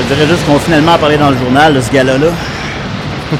Je dirais juste qu'on finalement parlé dans le journal de ce gars-là.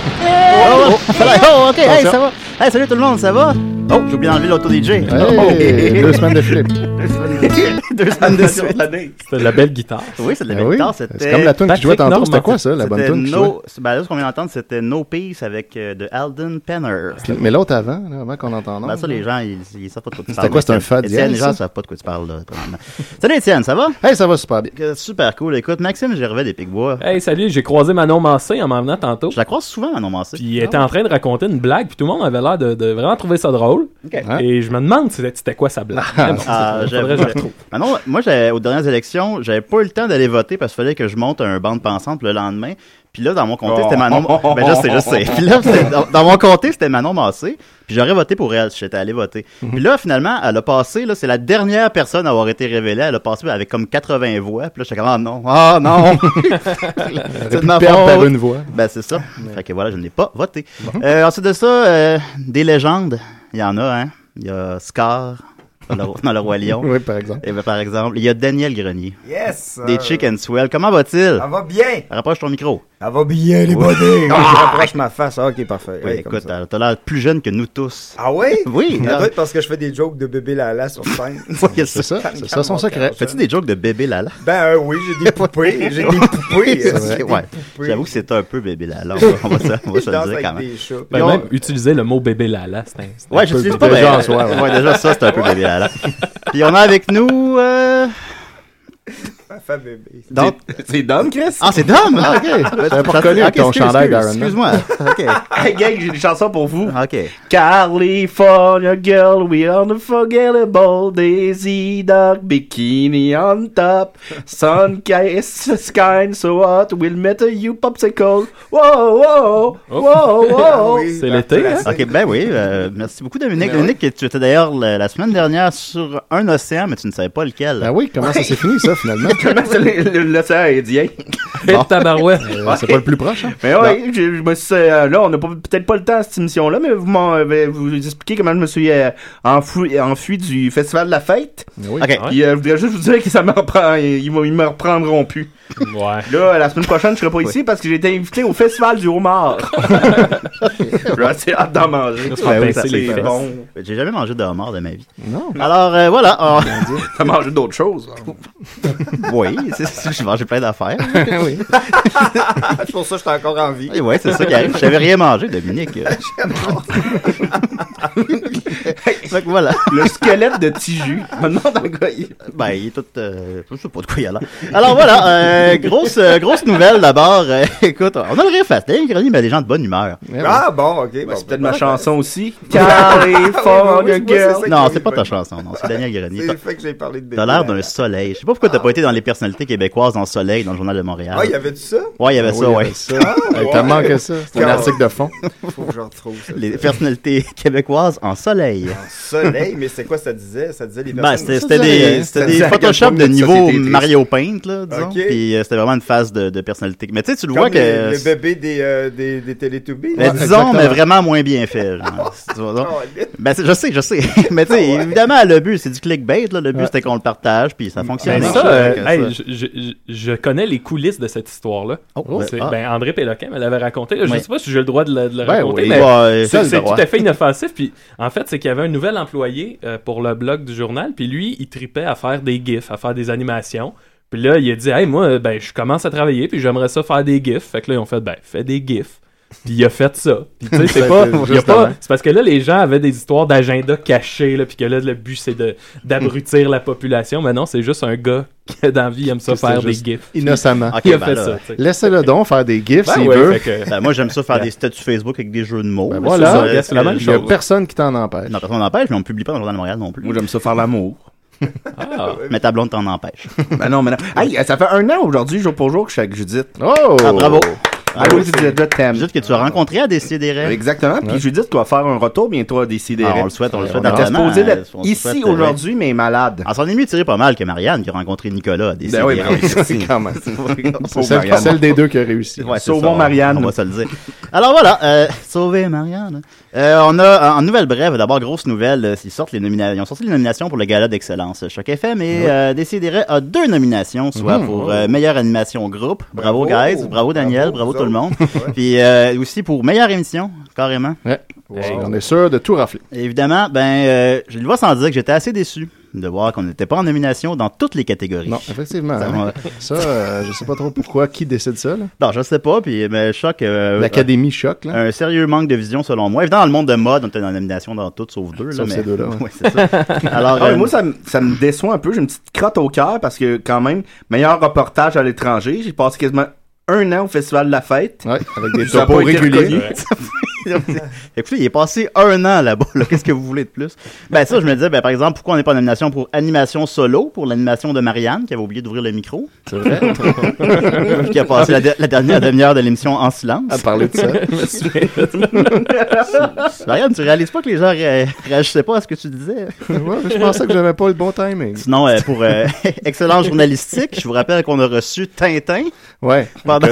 oh, oh, ok, hey, ça va. Hey, salut tout le monde, ça va? Oh, j'ai oublié d'enlever l'auto-DJ. Hey, deux semaines de flip. deux semaines de suite. C'était de la belle guitare. Oui, Ah, c'est de la Ben belle oui. guitare. C'est comme la tune qui jouait Patrick tantôt. C'était Normand. quoi ça, la bonne c'était tune qui jouait? no... ben, là, ce qu'on vient d'entendre, c'était No Peace avec euh, de Alden Penner. Puis- Mais l'autre avant, là, avant qu'on entende. Ben, ça, les gens, ils, ils savent pas de quoi tu parles. C'était quoi, c'est un fad Étienne, d'hier, les gens ça? savent pas de quoi tu parles, là. probablement. Salut, Étienne, ça va? Hey, ça va super bien. Euh, Super cool. Écoute, Maxime Gervais des Picbois. Hey, salut, j'ai croisé Manon Mancé en m'en venant tantôt. Je la croise souvent à Nomancé. Puis il était en train de raconter une blague, puis tout le monde avait l'air de, de vraiment trouver ça drôle. Hein? Et je me demande c'était c'était quoi sa blague. Ben, Vraiment, Ah, faudrait j'avoue. que je la retrouve. Ah non, moi, j'avais- aux dernières élections, j'avais pas eu le temps d'aller voter parce qu'il fallait que je monte un banc de pensante le lendemain. Puis là, dans mon comté, c'était Manon. Ben, je sais, je sais. Puis là, c'était- dans, dans mon comté, c'était Manon Massé. Puis j'aurais voté pour elle si j'étais allé voter. Puis là, finalement, elle a passé, là, c'est la dernière personne à avoir été révélée. Elle a passé avec comme 80 voix. Puis là, j'étais comme, ah non, ah non. c'est de ma Perdre par faute. une voix. Ben, c'est ça. Fait que voilà, je n'ai pas voté. Euh, ensuite de ça, euh, des légendes. Il y en a, hein. Il y a Scar dans le, dans le Roi Lion. Oui, par exemple. Eh ben, par exemple, il y a Daniel Grenier. Yes! Des euh, Ah, Chicken Swell. Comment va-t-il? Ça va bien! Rapproche ton micro. Ça va bien, les bodys! Je rapproche ma face. Ah, ok, parfait. Ah, Oui, Ouais, comme écoute, ça. t'as t'as l'air plus jeune que nous tous. Ah ouais? Oui, Ça non. doit être parce que je fais des jokes de bébé Lala sur scène. Ouais, C'est ça, c'est ça son secret. Fais-tu des jokes de bébé Lala? Ben euh, oui, j'ai des poupées. J'ai des poupées. euh, Ouais. des Ouais. poupées. J'avoue que c'est un peu bébé Lala. On va, on va se, on va Je se danse le dire avec quand même. des chats. Ben, même utiliser le mot bébé Lala, c'est un- c'est un Ouais, peu- j'utilise pas déjà ben, en soi, ouais. ouais, déjà ça, c'est un peu bébé Lala. Puis on a avec nous. euh, Papa bébé. dans- C'est Dom, Chris? Ah, c'est Dom! Ah, ok. J'avais pas reconnu Ok, ton excuse, chandail excuse, d'Iron Excuse-moi. Man. Ok. Hey, gang, j'ai des chansons pour vous. Ok. California girl, we unforgettable. Daisy dog, bikini on top. Sun kiss kind, so what? We'll meet you popsicle. Whoa, whoa, whoa, Oh. Ah whoa. oui, C'est ben, l'été, hein? classique. Ok, ben oui, euh, merci beaucoup Dominique. Ben ouais. Dominique, tu étais d'ailleurs la, la semaine dernière sur un océan, mais tu ne savais pas lequel. Ben oui, comment ça s'est fini, ça, finalement? Comment c'est le- le- l'océan Indien? Et tabarouette. Euh, C'est pas le plus proche, hein? Mais oui, je, je me suis, euh, là, on n'a pas- peut-être pas le temps à cette émission-là, mais vous m'en, euh, vous expliquer comment je me suis euh, enfui, enfui du Festival de la Fête. Ben oui. Ok. Ouais. Puis, euh, je voudrais juste vous dire que ça me reprend, ils, m'ont- ils me reprendront plus. Ouais. Là, euh, la semaine prochaine, je serai pas ici parce que j'ai été invité au Festival du Homard. J'ai assez hâte d'en manger. Là, se faire Ben oui, pincer ça, les C'est fesses. bon. J'ai jamais mangé de homard de ma vie. Non. Alors euh, voilà. on- T'as mangé d'autres choses. hein. oui, oui, c'est- c'est- je mangeais plein d'affaires. Ben oui. C'est pour ça que j'étais encore en vie. Et ouais, c'est ça qui arrive. Je savais rien manger, Dominique. Fait que voilà. Le squelette de Tiju. Maintenant, dans le gars, il- Ben, il est tout. euh, je sais pas de quoi il a là. Alors voilà, euh, grosse, euh, grosse nouvelle d'abord. Euh, écoute, on a le rire facile, hein, Grenier, mais les gens de bonne humeur. Ah bon, ok. C'est ben, peut-être ma chanson aussi. Oui, California oui, Ben oui, Girl. c'est ça. Non, Grenier, c'est pas ta bonne chanson, non, c'est Daniel C'est le Grenier. fait que j'ai parlé de bébé. T'as l'air d'un soleil. Je sais pas pourquoi t'as pas été dans les personnalités québécoises dans Soleil, dans le Journal de Montréal. Ah, il y avait tout ça? Ouais, il y avait ça, ouais. Hey, T'as manqué ça. C'est un Ouais. article de fond. Faut que je retrouve ça. Les personnalités québécoises en Soleil. En soleil, mais Ah, c'est quoi ça disait? Ça disait les Ben, personnes... c'était ça c'était disait des, rien. c'était Ça des disait à quel Photoshop point de notre niveau société est triste. Mario Paint, là, disons. Ok. Puis euh, c'était vraiment une phase de, de personnalité. Mais tu sais, tu le Comme vois que. les- le bébé des, euh, des, des Teletubbies. Mais Ouais, disons, exactement. mais vraiment moins bien fait. genre. Tu vois, donc. Oh, les- Ben, c'est- je sais, je sais. mais tu sais, évidemment, le but, c'est du clickbait. Là. Le but, c'était qu'on le partage, puis ça fonctionne. Ben, Ouais, ça, non, euh, je- hey, ça. je, je- je connais les coulisses de cette histoire-là. Oh, C'est- ah. ben, André Péloquin me l'avait raconté. là. Je Ouais. sais pas si j'ai le droit de le, de le Ben raconter, oui. mais Ouais, c'est t'as c'est le tout droit. à fait inoffensif. Puis, en fait, c'est qu'il y avait un nouvel employé euh, pour le blog du journal, puis lui, il tripait à faire des gifs, à faire des animations. Puis là, il a dit, hey, moi, ben, je commence à travailler, puis j'aimerais ça faire des gifs. Fait que là, ils ont fait, ben, fais des gifs. Puis il a fait ça. Puis tu sais, c'est Ben, pas, il y a pas, c'est parce que là, les gens avaient des histoires d'agenda cachés, là, puis que là, le but, c'est de, d'abrutir la population. Mais non, c'est juste un gars qui, dans la vie, aime ça C'est faire juste- des gifs. Innocemment. Ok, Il a ben fait là. ça, tu sais. Laissez-le donc faire des gifs Ben s'il ouais, veut. fait que- Ben, moi, j'aime ça faire des statuts Facebook avec des jeux de mots. Ben Ça, voilà. ça, C'est la est-ce que- même Il y a chose. personne qui t'en empêche. Non, personne n'en empêche, mais on publie pas dans le Journal de Montréal non plus. Moi, j'aime ça faire l'amour. Ah. Mais ta blonde t'en empêche. Ben non, mais non. Hey, ça fait un an aujourd'hui, jour pour jour, que je suis avec Judith. Oh! Ah, bravo. Allô, Judith, je t'aime. Juste que tu as rencontré à décider Exactement. Puis Judith doit faire un retour bientôt à décider. Ah, on le souhaite, on le souhaite était ardemment, supposé hein, d'être on le souhaite, ici euh, Ah, aujourd'hui, mais malade. Elle s'en est mieux tirée pas mal que Marianne qui a rencontré Nicolas à décider. Ben oui, ben oui, c'est quand même. C'est Ben, Pauvre celle, Marianne. celle des deux qui a réussi. Ouais, c'est Sauvons on- Marianne. On va se le dire. Alors voilà, euh, sauver Marianne. Euh, on a en nouvelle brève, d'abord grosse nouvelle, euh, ils sortent les nominations. Ils ont sorti les nominations pour le gala d'excellence euh, Choc FM et euh, Décideret a deux nominations, soit pour euh, meilleure animation groupe. Bravo, Bravo. guys, bravo Daniel, bravo, Bravo, tout le monde. vous autres. Ouais. Puis euh, aussi pour meilleure émission, carrément. Hey, on est sûr de tout rafler. Et évidemment, ben euh, je le vois sans dire que j'étais assez déçu de voir qu'on n'était pas en nomination dans toutes les catégories. Non, effectivement. Ça, hein. ouais. Ça, euh, je sais pas trop pourquoi, qui décide ça. là. Non, je sais pas, puis mais Choc euh, L'Académie choc, là. Un sérieux manque de vision selon moi. Évidemment, dans le monde de mode, on était dans la nomination dans toutes sauf deux. Là, Sauf mais... ces deux-là, ouais. Ouais, c'est ça. Alors, Ah, mais euh, moi, ça, me- ça me déçoit un peu. J'ai une petite crotte au cœur parce que, quand même, meilleur reportage à l'étranger. J'ai passé quasiment un an au Festival de la Fête. euh, Ouais, avec des Ça a topos pas été réguliers. reconnu. écoutez, il est passé un an là-bas. là. Qu'est-ce que vous voulez de plus? Ben, ça, je me disais, ben, par exemple, pourquoi on n'est pas en nomination pour animation solo, pour l'animation de Marianne, qui avait oublié d'ouvrir le micro, C'est vrai. puis qui a passé la, de- la dernière demi-heure de l'émission en silence. À parler de ça. Je me souviens de ça. Marianne, tu réalises pas que les gens ré- réagissaient pas à ce que tu disais? Ouais, je pensais que j'avais pas le bon timing. Sinon, euh, pour euh, excellence journalistique, je vous rappelle qu'on a reçu Tintin Ouais. pendant,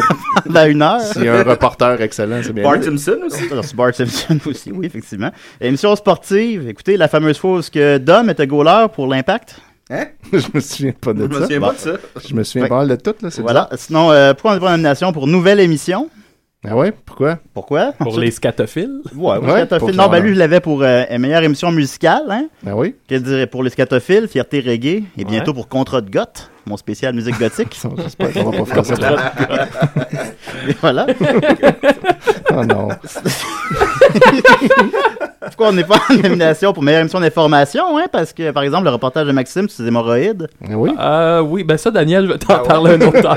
pendant une heure. S'il y a un reporter excellent, c'est bien. Bart lui. Simpson aussi. Alors, c'est Bart Simpson aussi, oui, effectivement. Émission sportive, écoutez, la fameuse fois où est-ce que Dom était goaler pour l'impact. Hein? je me souviens pas Je de me ça. souviens pas de ça. Je me souviens pas mal de tout, là. c'est Voilà. Sinon, euh, pourquoi on n'est pas en nomination pour nouvelle émission? bizarre. Ah ouais? Pourquoi? Pourquoi? Pour les scatophiles. Ouais, Ouais, pour Non, ça, ben ouais. lui, je l'avais pour euh, meilleure émission musicale, hein? Ben oui. Que dirais pour les scatophiles, fierté reggae, et bientôt Ouais. pour Contre de Goth, mon spécial musique gothique. J'espère qu'on va pas faire ça. Et voilà. Oh non. Pourquoi on n'est pas en nomination pour meilleure émission d'information, hein? Parce que, par exemple, le reportage de Maxime sur les hémorroïdes. Ben oui. Euh, oui, ben ça, Daniel, je vais t'en Ah ouais. parler un autre temps.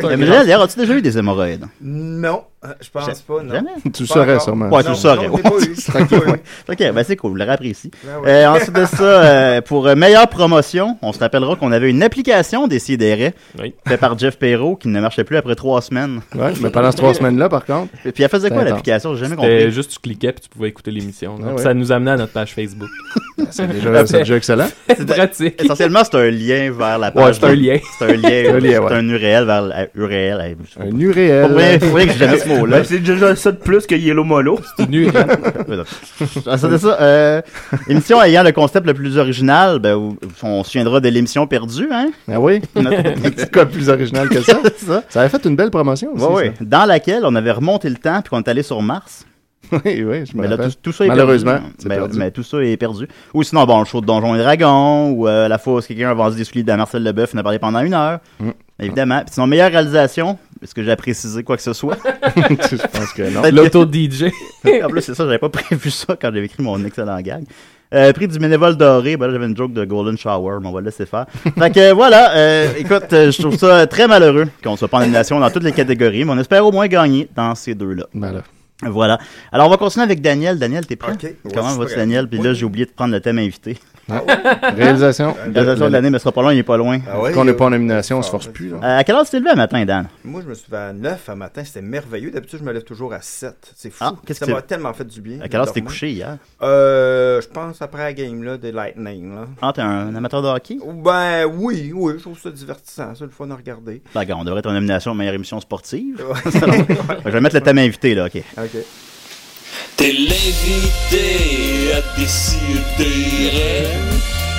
Ben ouais. Mais Regarde. D'ailleurs, as-tu déjà eu des hémorroïdes? Non, euh, je pense pas, non. Jamais. Tu le saurais sûrement. Ouais, tu le saurais. Non, j'ai pas eu. J'ai pas eu. Ok, ben c'est cool, je l'aurais apprécié. Ben ouais. Euh, ensuite de ça, euh, pour euh, meilleure promotion, on se rappellera qu'on avait une application des CDR Oui. faite par Jeff Perrault qui ne marchait plus après trois semaines. Ouais, mais pendant ces trois semaines-là, par contre, Et puis elle faisait quoi Attends. l'application J'ai jamais C'était compris. juste tu cliquais puis tu pouvais écouter l'émission. là. Ah ouais. Puis Ça nous amenait à notre page Facebook. c'est déjà, c'est déjà excellent. C'est pratique. Essentiellement, c'est un lien vers la Ouais, page. c'est un lien. C'est un lien. C'est un lien, ouais. un URL vers la URL. euh, je sais pas. Un Pour vrai, URL. pour vrai que j'aimais ce mot-là. Ben, c'est déjà ça de plus que Yellow Molo. C'est nu. Ensuite de ça, euh, émission ayant le concept le plus original, ben, où- on se souviendra de l'émission perdue, hein? Ah oui? C'est quoi de plus original que ça? C'est ça. Ça avait fait une belle promotion aussi. Ouais, ouais. Dans laquelle on avait remonté le temps puis qu'on est allé sur Mars. oui, oui, je me Mais là, rappelle. tout, tout ça est Malheureusement, perdu. c'est Mais, perdu. mais tout ça est perdu. Ou sinon, bon, le show de Donjons et Dragons, ou euh, la fois où quelqu'un a vendu des souliers de Marcel Leboeuf, on a parlé pendant une heure. Mm. Évidemment. Puis sinon, meilleure réalisation, est-ce que j'ai précisé quoi que ce soit? je pense que non. L'auto-DJ. en plus, c'est ça, j'avais pas prévu ça quand j'avais écrit mon excellent gag. Euh, prix du bénévole doré, ben là, j'avais une joke de Golden Shower, mais on va le laisser faire. Fait que euh, voilà, euh, écoute, euh, je trouve ça très malheureux qu'on soit pas en nomination dans toutes les catégories, mais on espère au moins gagner dans ces deux-là. Ben là. Voilà. Alors, on va continuer avec Daniel. Daniel, t'es prêt? Ok. Ouais, je Comment suis vas-tu, prêt. Daniel? Puis là, j'ai oublié de prendre le thème invité. Réalisation. La station de l'année, mais ce sera pas loin, il est pas loin. Ah ouais, Qu'on n'est pas en euh, nomination, on se force plus. là. Euh, à quelle heure tu t'es levé un matin, Dan? Moi, je me suis levé à 9 à matin, c'était merveilleux. D'habitude, je me lève toujours à 7. C'est fou. Ah, qu'est-ce ça que tu- m'a tellement fait du bien. À quelle heure tu t'es Dormir. couché hier? Euh, je pense après la game là, des Lightning. Là. Ah, t'es un amateur de hockey? Ben oui, oui, je trouve ça divertissant, c'est le fun à regarder. Ben, gars, on devrait être en nomination meilleure émission sportive. Ouais. Je vais mettre le thème invité, là, ok. ok. T'es l'invité à décider.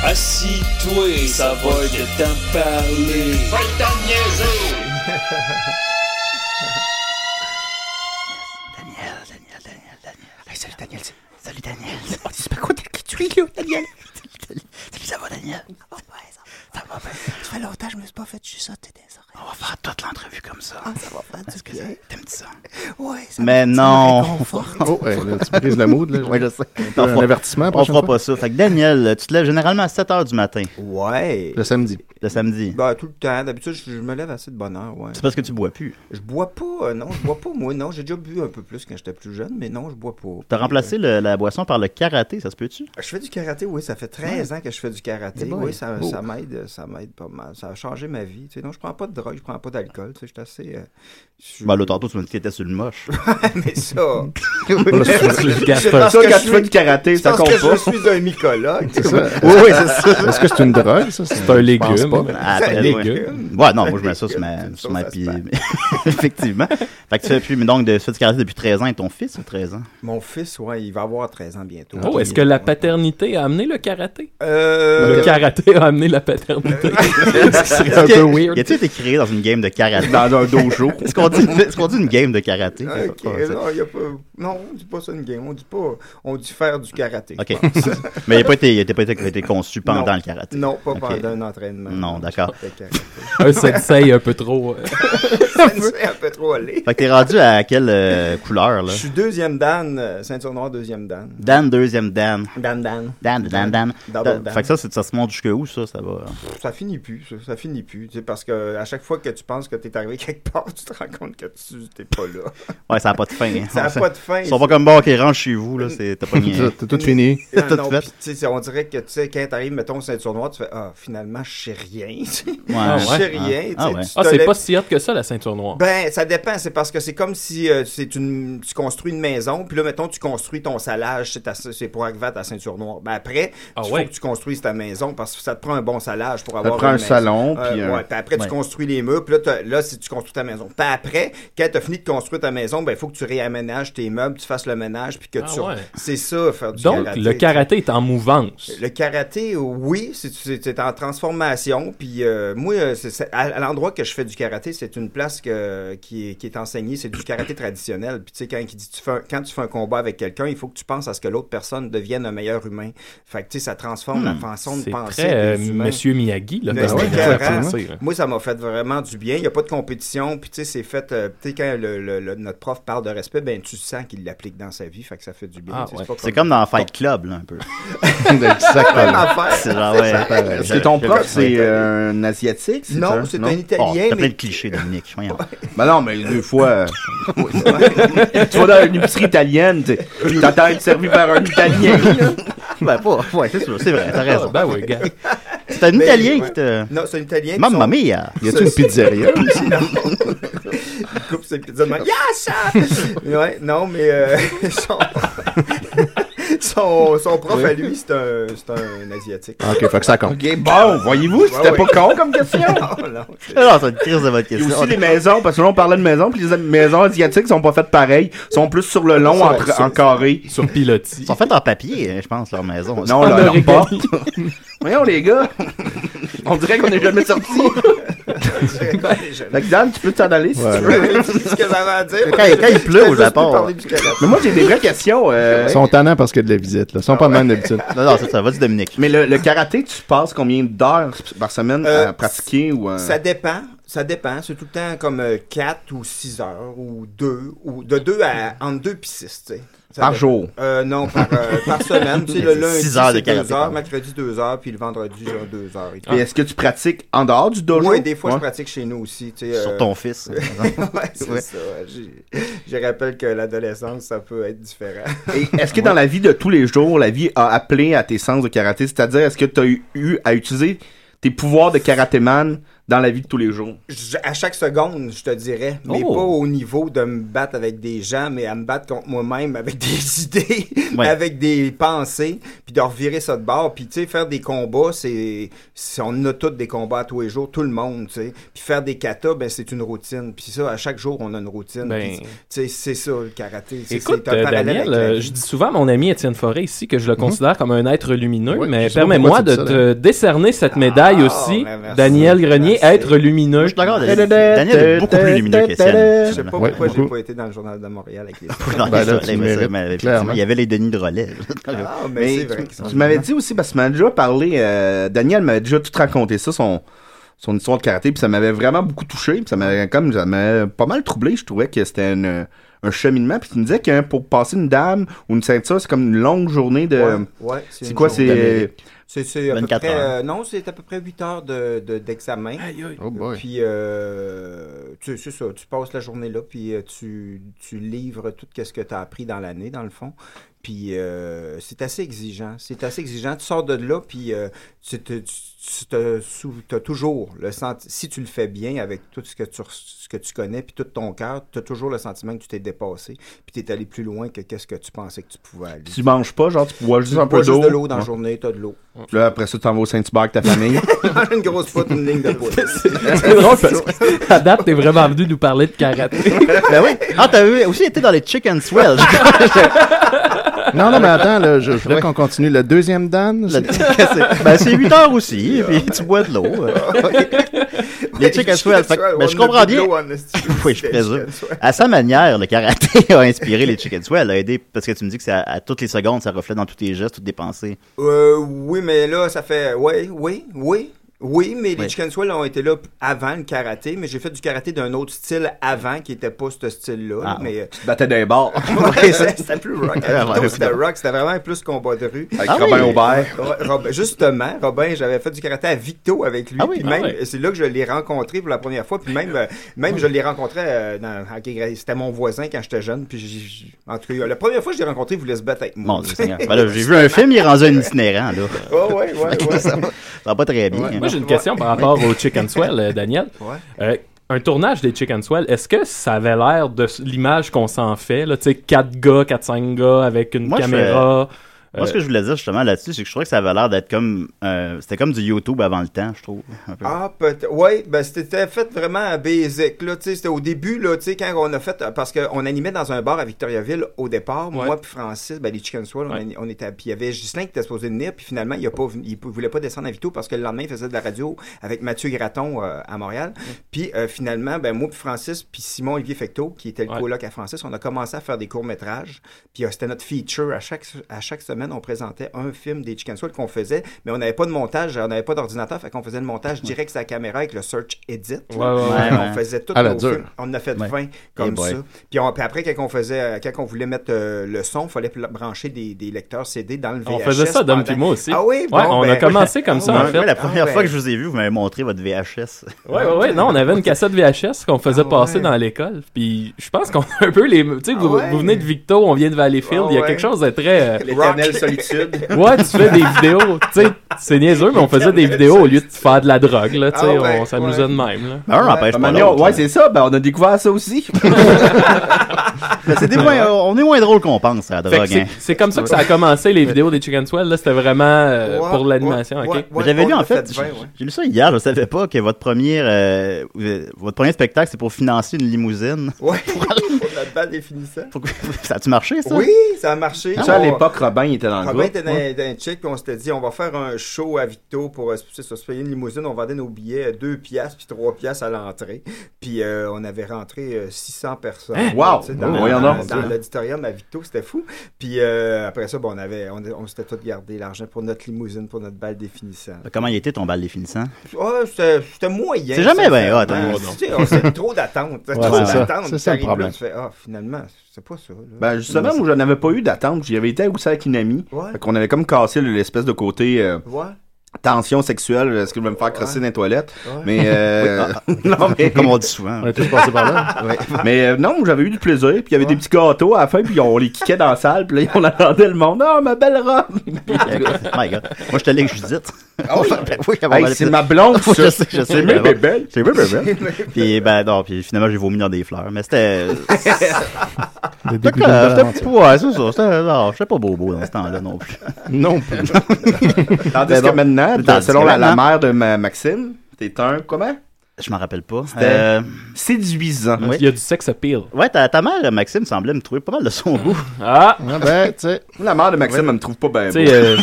Assis-toi, ça va de t'en parler. Va t'en niaiser! Daniel, Daniel, Daniel, Daniel. salut, Daniel. Salut, Daniel. qui tu es, là, Daniel? Salut, ça va, Daniel? Oh, ouais, ça va. Ça va bien. Ça fait longtemps que je me suis pas fait chuchoter des oreilles. Ah, On va faire toute l'entrevue comme ça. Ça va faire du Qu'est-ce bien. que T'aimes-tu ça? Ouais, ça Mais me- ça me non. réconforte. Oh, ouais, là, tu brises le mood. Là, Oui, je sais. Un On fera- avertissement. On prochaine fera fois. pas ça. Fait que Daniel, tu te lèves généralement à 7 h du matin, Ouais. Le samedi. le samedi. Ben, tout le temps, d'habitude, je, je me lève assez de bonne heure, ouais. C'est parce que tu bois plus. Je bois pas, euh, non, je bois pas, moi, non. J'ai déjà bu un peu plus quand j'étais plus jeune, mais non, je bois pas. T'as remplacé le- la boisson par le karaté, ça se peut-tu? Je fais du karaté, oui, ça fait 13 ans que je fais du karaté. Eh boy. Oui, ça, Oh. ça m'aide, ça m'aide pas mal. Ça a changé ma vie. Tu sais, non, je prends pas de drogue, je prends pas d'alcool. Tu sais, je suis assez. euh, je suis- Ben, l'autre tantôt, tu m'as dit que t'étais sur le moche. mais ça. Gaston. Je pense Ça, quand que je tu fais suis- du karaté, je ça pense compte que pas. je suis un mycologue. C'est ça. oui, oui, c'est ça. Est-ce que c'est une drogue, ça? C'est un Je pense légume. pas. Ah, C'est très des loin. gueux. Ouais, non, moi je mets ça sur ma, Une sur ma sauce à pi- Effectivement. Fait que tu fais plus, mais donc, de, tu fais du karaté depuis 13 ans et ton fils ou 13 ans? Mon fils, ouais, il va avoir 13 ans bientôt. Oh, est-ce que la paternité a amené le karaté? Euh, Le karaté a amené la paternité. C'est un peu weird. Y a-t-il été créé dans une game de karaté? Dans un dojo. Est-ce qu'on dit, est-ce qu'on dit une game de karaté? Ok, non, y a pas... non, on dit pas ça une game. On dit pas. On dit faire du karaté. Ok. Mais il n'a pas été, il a pas été, été conçu pendant Non. le karaté. Non, pas Ok. pendant un entraînement. Non, d'accord. Fait que- un sensei un peu trop. euh, Ça nous fait un peu trop aller. Fait que t'es rendu à quelle euh, couleur, Je là? suis deuxième Dan, euh, ceinture noire, deuxième Dan. Dan, deuxième Dan. Dan Dan. Dan, Dan, Dan. Double Dan. Fait que ça, c'est- ça se monte jusque où, ça? Ça va. Ça finit plus, ça, ça finit plus. Tu sais, parce que à chaque fois que tu penses que t'es arrivé quelque part, tu te rends compte que tu t'es pas là. Ouais, ça n'a pas de fin. hein. Ça n'a pas de fin. Ils sont pas comme bon, ok, rentre chez vous, là, c'est, t'as pas mis. Ça, T'as tout fini. Ah tout non, fait. puis, tu sais, c'est- on dirait que tu sais, quand t'arrives, mettons, ceinture noire, tu fais Ah, finalement, je sais rien. Ah, Je ouais. sais rien. tu Ah, sais, ouais. tu Ah, te c'est lèves- pas si hot que ça, la ceinture noire. Ben, ça dépend. C'est parce que c'est comme si euh, c'est une, tu construis une maison, puis là, mettons, tu construis ton salage, c'est, ta- c'est pour arriver à ta ceinture noire. Ben, après, Ah il ouais. faut que tu construises ta maison parce que ça te prend un bon salage pour Ça avoir te prend un une maison. salon, Euh, puis un- ouais, puis après, ouais. tu construis les murs, puis là, t'as- là, si tu construis ta maison. Puis après, quand tu as fini de construire ta maison, ben, il faut que tu réaménages tes meubles, tu fasses le ménage, puis que Ah tu. ouais. C'est ça, faire Ben, du Donc, karaté. le karaté est en mouvance. Le karaté, oui, c'est- c'est c'est en transformation. Puis euh, moi, euh, c'est- c'est- à, à l'endroit que je fais du karaté, c'est une place que- qui, est, qui est enseignée, c'est du karaté traditionnel. Puis tu sais, quand, il dit, tu fais un- quand tu fais un combat avec quelqu'un, il faut que tu penses à ce que l'autre personne devienne un meilleur humain. Fait que tu sais, ça transforme la façon de Hmm, C'est penser très euh, des humains. Ben Monsieur Miyagi, là, Mais comme c'est on écœurant. pourrait penser, là. Moi, ça m'a fait vraiment du bien. Il n'y a pas de compétition. Puis, tu sais, c'est fait. euh, tu sais, quand le- le- le- notre prof parle de respect, ben, tu sens qu'il l'applique dans sa vie. Fait que ça fait du bien. Ah Tu sais, ouais. pas C'est comme dans Fight Club, là, un peu. Même Exactement. affaire. C'est genre, ouais. pareil. je- C'est ton je- prof, c'est euh, un asiatique? Non, c'est un Oh, Italien. t'as plein mais- de clichés, Dominique. Voyons. Ben non, mais deux fois. euh, tu vas dans une épicerie italienne, t'es- t'attends être servi par un italien. ben, pas. Ouais, c'est sûr, c'est vrai, t'as Ah, raison. ben oui, gars. C'est un Mais- Italien ouais. qui te. Non, c'est un Italien. qui Mamma sont- mia! Y a-tu une pizzeria? qui coupe ses pizzas de même. Yes! ouais, non, mais euh, son... son, son prof à lui, c'est un, c'est un Asiatique. Ok, fait que ça compte. Ok, bon, voyez-vous, c'était Ouais, ouais. pas con comme question. Non, Oh, non. Alors, c'est une crise de votre Il y a question. aussi les maisons, parce que là on parlait de maisons, puis les maisons asiatiques sont pas faites pareil, sont plus sur le long, en, tra- en carré. Sur pilotis. Ils sont faits en papier, hein, je pense, leur maison. Non, là, leur porte. Voyons les gars, on dirait qu'on est jamais sortis. Fait Fait que Dan, tu peux t'en aller si Ouais. tu veux. C'est ce que j'avais à dire. Quand- quand il pleut au Je peux Japon. hein. plus parler du Canada. Mais moi, j'ai des vraies questions. euh, Ils sont tannants parce que de la visite, là. Ils sont pas mal d'habitude. Non, non, ça, ça va du Dominique. Mais le, le karaté, tu passes combien d'heures par semaine Euh, à pratiquer ou à- Ça dépend, ça dépend. C'est tout le temps comme 4 ou 6 heures ou 2 ou de 2 à entre 2 puis 6, tu sais. Ça par dépend. jour? Euh, non, par, euh, par semaine. Tu sais, Mais le c'est lundi, six heures de c'est karaté, Ah, 2 heures, quand même. mercredi, 2 heures, puis le vendredi, genre 2 heures. Et tout. Et est-ce que tu pratiques en dehors du dojo? Ouais, des fois, Ouais. je pratique chez nous aussi. Tu sais, euh, Sur ton fils. ouais, c'est Ouais. ça. ouais. J'ai- Je rappelle que l'adolescence, ça peut être différent. Et est-ce que dans la vie de tous les jours, la vie a appelé à tes sens de karaté? C'est-à-dire, est-ce que tu as eu, eu à utiliser tes pouvoirs de karatéman dans la vie de tous les jours? Je- à chaque seconde, je te dirais, mais Oh. pas au niveau de me battre avec des gens, mais à me battre contre moi-même avec des idées, Ouais. avec des pensées, puis de revirer ça de bord, puis tu sais faire des combats, c'est c'est- on a tous des combats à tous les jours, tout le monde, tu sais. Puis faire des katas, ben c'est une routine. Puis ça à chaque jour, on a une routine. Ben. Puis, Tu sais, c'est ça le karaté, C'est- Écoute, c'est un euh, parallèle Daniel, avec la euh, vie. je dis souvent à mon ami Étienne Forêt ici que je le considère comme un être lumineux, Oui, mais je sais pas permets-moi Mhm. pourquoi de tu dis ça, te décerner cette médaille Ah, aussi, ben merci. Daniel Grenier, Merci. être lumineux. Moi, je suis d'accord. Daniel, Daniel est beaucoup plus lumineux Je qu'Étienne. Ben, sais pas Ouais, pourquoi j'ai beaucoup. pas été dans le journal de Montréal avec les Non, Ben là, c'est ça, tu mais- mérites, mais- mais- clairement. Il y avait les Denis de relais. Ah, mais, Mais c'est vrai. qu'ils sont Tu m'avais dit aussi, parce que tu m'as déjà parlé, euh, Daniel m'avait déjà tout raconté ça, son, son histoire de karaté, puis ça m'avait vraiment beaucoup touché, puis ça m'avait comme, ça m'avait pas mal troublé, je trouvais que c'était une- un cheminement, puis tu me disais que hein, pour passer une dame ou une ceinture, c'est comme une longue journée de... Ouais, ouais, euh, C'est une quoi, journée. c'est... C'est, c'est à peu 24 près, heures. euh, non, c'est à peu près 8 heures de, de- d'examen. Oh boy. Puis, euh, tu, c'est ça, tu passes la journée là, puis euh, tu, tu livres tout ce que tu as appris dans l'année, dans le fond. Puis, euh, c'est assez exigeant. C'est assez exigeant. Tu sors de là, puis euh, tu, te- tu- tu te sou- t'as toujours le sentiment, si tu le fais bien avec tout ce que tu, re- ce que tu connais, puis tout ton cœur, tu as toujours le sentiment que tu t'es dépassé, puis tu es allé plus loin que qu'est-ce que tu pensais que tu pouvais aller. Tu manges pas, genre tu bois juste Tu un peu bois d'eau. juste de l'eau dans la Ouais. journée, tu as de l'eau. Puis là, après ça, tu t'en vas au Saint-Hubert avec ta famille. une grosse faute, une ligne de police. C'est drôle Oh, parce qu'à date, t'es vraiment venu nous parler de karaté. Ben oui. Ah, t'avais aussi été dans les Chicken Swell. Non, non, mais attends, là, je, je voulais qu'on continue. Le deuxième Dan, c'est- ben, c'est 8 heures aussi, puis tu bois de l'eau. les Chicken Swell. fait que- Mais Ben, je comprends bien. Oui, je présume. À sa manière, le karaté a inspiré les Chicken Swell, a aidé, parce que tu me dis que c'est à, à toutes les secondes, ça reflète dans tous tes gestes, toutes tes pensées. Euh, oui, mais là, ça fait. Oui, oui, oui. Oui, mais les Oui. Chicken Swell ont été là p- avant le karaté, mais j'ai fait du karaté d'un autre style avant qui était pas ce style-là. Ah, mais tu te battais d'un bar. Ouais, c'est- c'était plus rock. hein, Ah, ouais, Plutôt, C'était ouais. rock, c'était vraiment plus combat de rue. Avec Ah oui. Robin Aubert. Ro- Robin- justement, Robin, j'avais fait du karaté à Victo avec lui. Ah oui, puis ah même, ouais. c'est là que je l'ai rencontré pour la première fois. Puis même, euh, même je l'ai rencontré euh, dans. à- C'était mon voisin quand j'étais jeune. Puis j'ai- j'ai- en tout cas, la première fois que je l'ai rencontré, il voulait se battre avec moi. Mon Dieu Seigneur. Ben là, j'ai vu un film, il est rendu un itinérant, là. Ouais, ouais, ouais, ouais. ça, va, ça va pas très bien. hein. Moi, j'ai une question par rapport au Chicken Swell, euh, Daniel. Ouais. Euh, un tournage des Chicken Swell, est-ce que ça avait l'air de s- l'image qu'on s'en fait? là, Tu sais, 4 gars, 4-5 gars avec une Moi, je caméra. Moi, euh, ce que je voulais dire justement là-dessus, c'est que je trouvais que ça avait l'air d'être comme. euh, C'était comme du YouTube avant le temps, je trouve. un peu. Ah, peut-être. Oui, ben, c'était fait vraiment à basic. Là, tu sais, c'était au début, là, tu sais, quand on a fait. euh, Parce qu'on animait dans un bar à Victoriaville au départ. Moi, puis Francis, ben, les Chicken Swell, on, Ouais. ani- on était. à- Puis il y avait Ghislain qui était supposé venir, puis finalement, il, a pas, venu- il pou- voulait pas descendre à Vito parce que le lendemain, il faisait de la radio avec Mathieu Graton euh, à Montréal. Puis euh, finalement, ben, moi, puis Francis, puis Simon Olivier Fecteau, qui était le Ouais. coloc à Francis, on a commencé à faire des courts-métrages. Puis euh, c'était notre feature. À chaque, à chaque semaine, on présentait un film des Chicken Swell qu'on faisait, mais on n'avait pas de montage, on n'avait pas d'ordinateur, fait qu'on faisait le montage direct sur la caméra avec le search edit. là. Ouais, ouais, Oh ouais. Puis On faisait tout À la nos dure. films. On en a fait Ouais. 20 comme Eh boy. ça. Puis, on- puis après, quand on, faisait, euh, quand on voulait mettre euh, le son, il fallait pl- brancher des, des lecteurs CD dans le VHS. On faisait ça, Dom pendant- puis moi aussi. Ah oui, bon, Ouais, on a ben- commencé comme ça, Ouais, en fait. ouais, la première Ah, fois ben. que je vous ai vu, vous m'avez montré votre VHS. Ouais, ouais, ouais. Non, on avait une cassette VHS qu'on faisait Ah passer ouais. dans l'école. Puis je pense qu'on a un peu les. Tu sais, Ah vous, ouais. vous venez de Victo, on vient de Valleyfield. Ah Il y a ouais. quelque chose de très. euh, L'éternelle solitude. Ouais, tu fais des vidéos. Tu sais, c'est niaiseux, mais on faisait des vidéos au lieu de faire de la drogue, là. Tu sais, Ah ouais, on s'amusait ouais. de même, là. Ben, un n'empêche Ben, pas Manon, l'autre. ouais, c'est ça, ben on a découvert ça aussi. Mais c'est des moins- euh, on est moins drôle qu'on pense à la Fait que drogue. c'est- hein. c'est comme ça que ça a commencé les vidéos des Chicken Swell, là. C'était vraiment euh, Ouais, pour l'animation, ouais, ok? ouais, Mais J'avais on lu l'a en fait, vingt, ouais. j'ai lu ça hier, je savais pas que votre premier euh, euh, votre premier spectacle c'est pour financer une limousine. Ouais. Pour la Ça te bat définissant. Pourquoi- Ça a-tu marché, ça? Oui, ça a marché. Ça, à On- l'époque, Robin il était dans le Robin groupe. était dans, dans un check, puis on s'était dit, on va faire un show à Victo pour euh, c'est ça, se payer une limousine. On vendait nos billets 2 piastres, puis 3 piastres à l'entrée. Puis euh, on avait rentré euh, 600 personnes. Hein? Wow! Tu sais, Dans, Oh, dans- voyons donc. dans l'auditorium à Victo, c'était fou. Puis euh, après ça, bon, on, avait, on, on s'était tous gardé l'argent pour notre limousine, pour notre balle définissant. Comment il était ton bal définissant? Ah, c'était c'était moyen. C'est jamais bien hot, hein. sincèrement. Tu sais, on s'est trop d'attentes. Ouais, trop c'est ça. d'attentes. C'est ça le T'arrives là, problème. Tu fais, ah, finalement, c'est pas ça. là. Ben justement, moi j'en avais pas eu d'attente. J'y avais été à Gousset avec une amie. Ouais. Fait qu'on avait comme cassé le- l'espèce de côté euh, Ouais. tension sexuelle. euh, Est-ce qu'il va me faire crosser dans les toilettes? Ouais. Mais euh, non, mais Comme on dit souvent. On est tous passés par là. Ouais. Mais euh, non, j'avais eu du plaisir, puis il y avait des petits gâteaux à la fin, puis on les kickait dans la salle, puis là, on attendait le monde. Ah, ma belle robe! My God. Moi, je te avec Judith. Ah oui? avant Hey, d'aller- c'est ma blonde, Oui, ça. je sais, je sais. Mais mais elle est bon. belle. C'est vrai, vrai, vrai. Puis, ben, non, puis finalement, j'ai vomi dans des fleurs. Mais c'était. Des C'était dégoûtants pas. d'aventure. Ouais, c'est ça. C'était- Non, j'étais pas bobo dans ce temps-là non plus. Non plus. Tandis Mais que bon. maintenant, Tandis que selon la, la maintenant- mère de ma- Maxime, t'es un, comment? Je m'en rappelle pas. C'était- Euh, Séduisant. Oui. Il y a du sex appeal. Ouais, ta, ta mère, Maxime, semblait me trouver pas mal de son goût. Ah! Ah ben, tu sais. La mère de Maxime, elle me trouve pas bien. Tu sais, euh,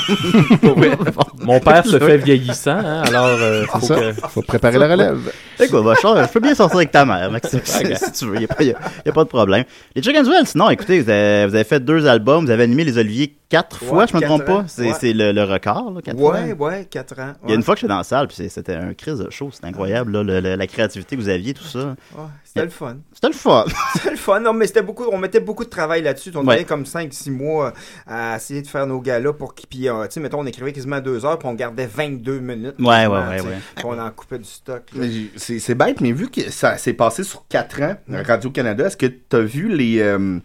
mon père se fait vieillissant, hein, alors euh, faut C'est ça. que... Faut préparer la relève. Écoute, bah, je, je peux bien sortir avec ta mère, Maxime, si, si tu veux. Il n'y a, y a pas de problème. Les Chicken Duel, sinon, écoutez, vous avez, vous avez fait deux albums, vous avez animé les Oliviers quatre Ouais, fois, je me quatre trompe ans. pas. C'est Ouais. c'est le, le record, là, quatre fois. Ouais, ouais, 4 ans. Il y a une fois que j'étais dans la salle, puis c'est- c'était un crise de show, c'était incroyable, là, le- le- la créativité que vous aviez, tout ça. Ouais, c'était le fun. C'était le fun. C'était le fun. Non, mais c'était beaucoup. On mettait beaucoup de travail là-dessus. On Ouais. était comme 5-6 mois à essayer de faire nos galas pour qu'ils. Puis, euh, tu sais, mettons, on écrivait quasiment 2 heures, puis on gardait 22 minutes. Ouais, ouais, quasiment, ouais, tu sais. ouais. Puis on en coupait du stock. là. Mais j'ai- C'est c'est bête, mais vu que ça s'est passé sur 4 ans, Radio-Canada, est-ce que t'as vu les, euh,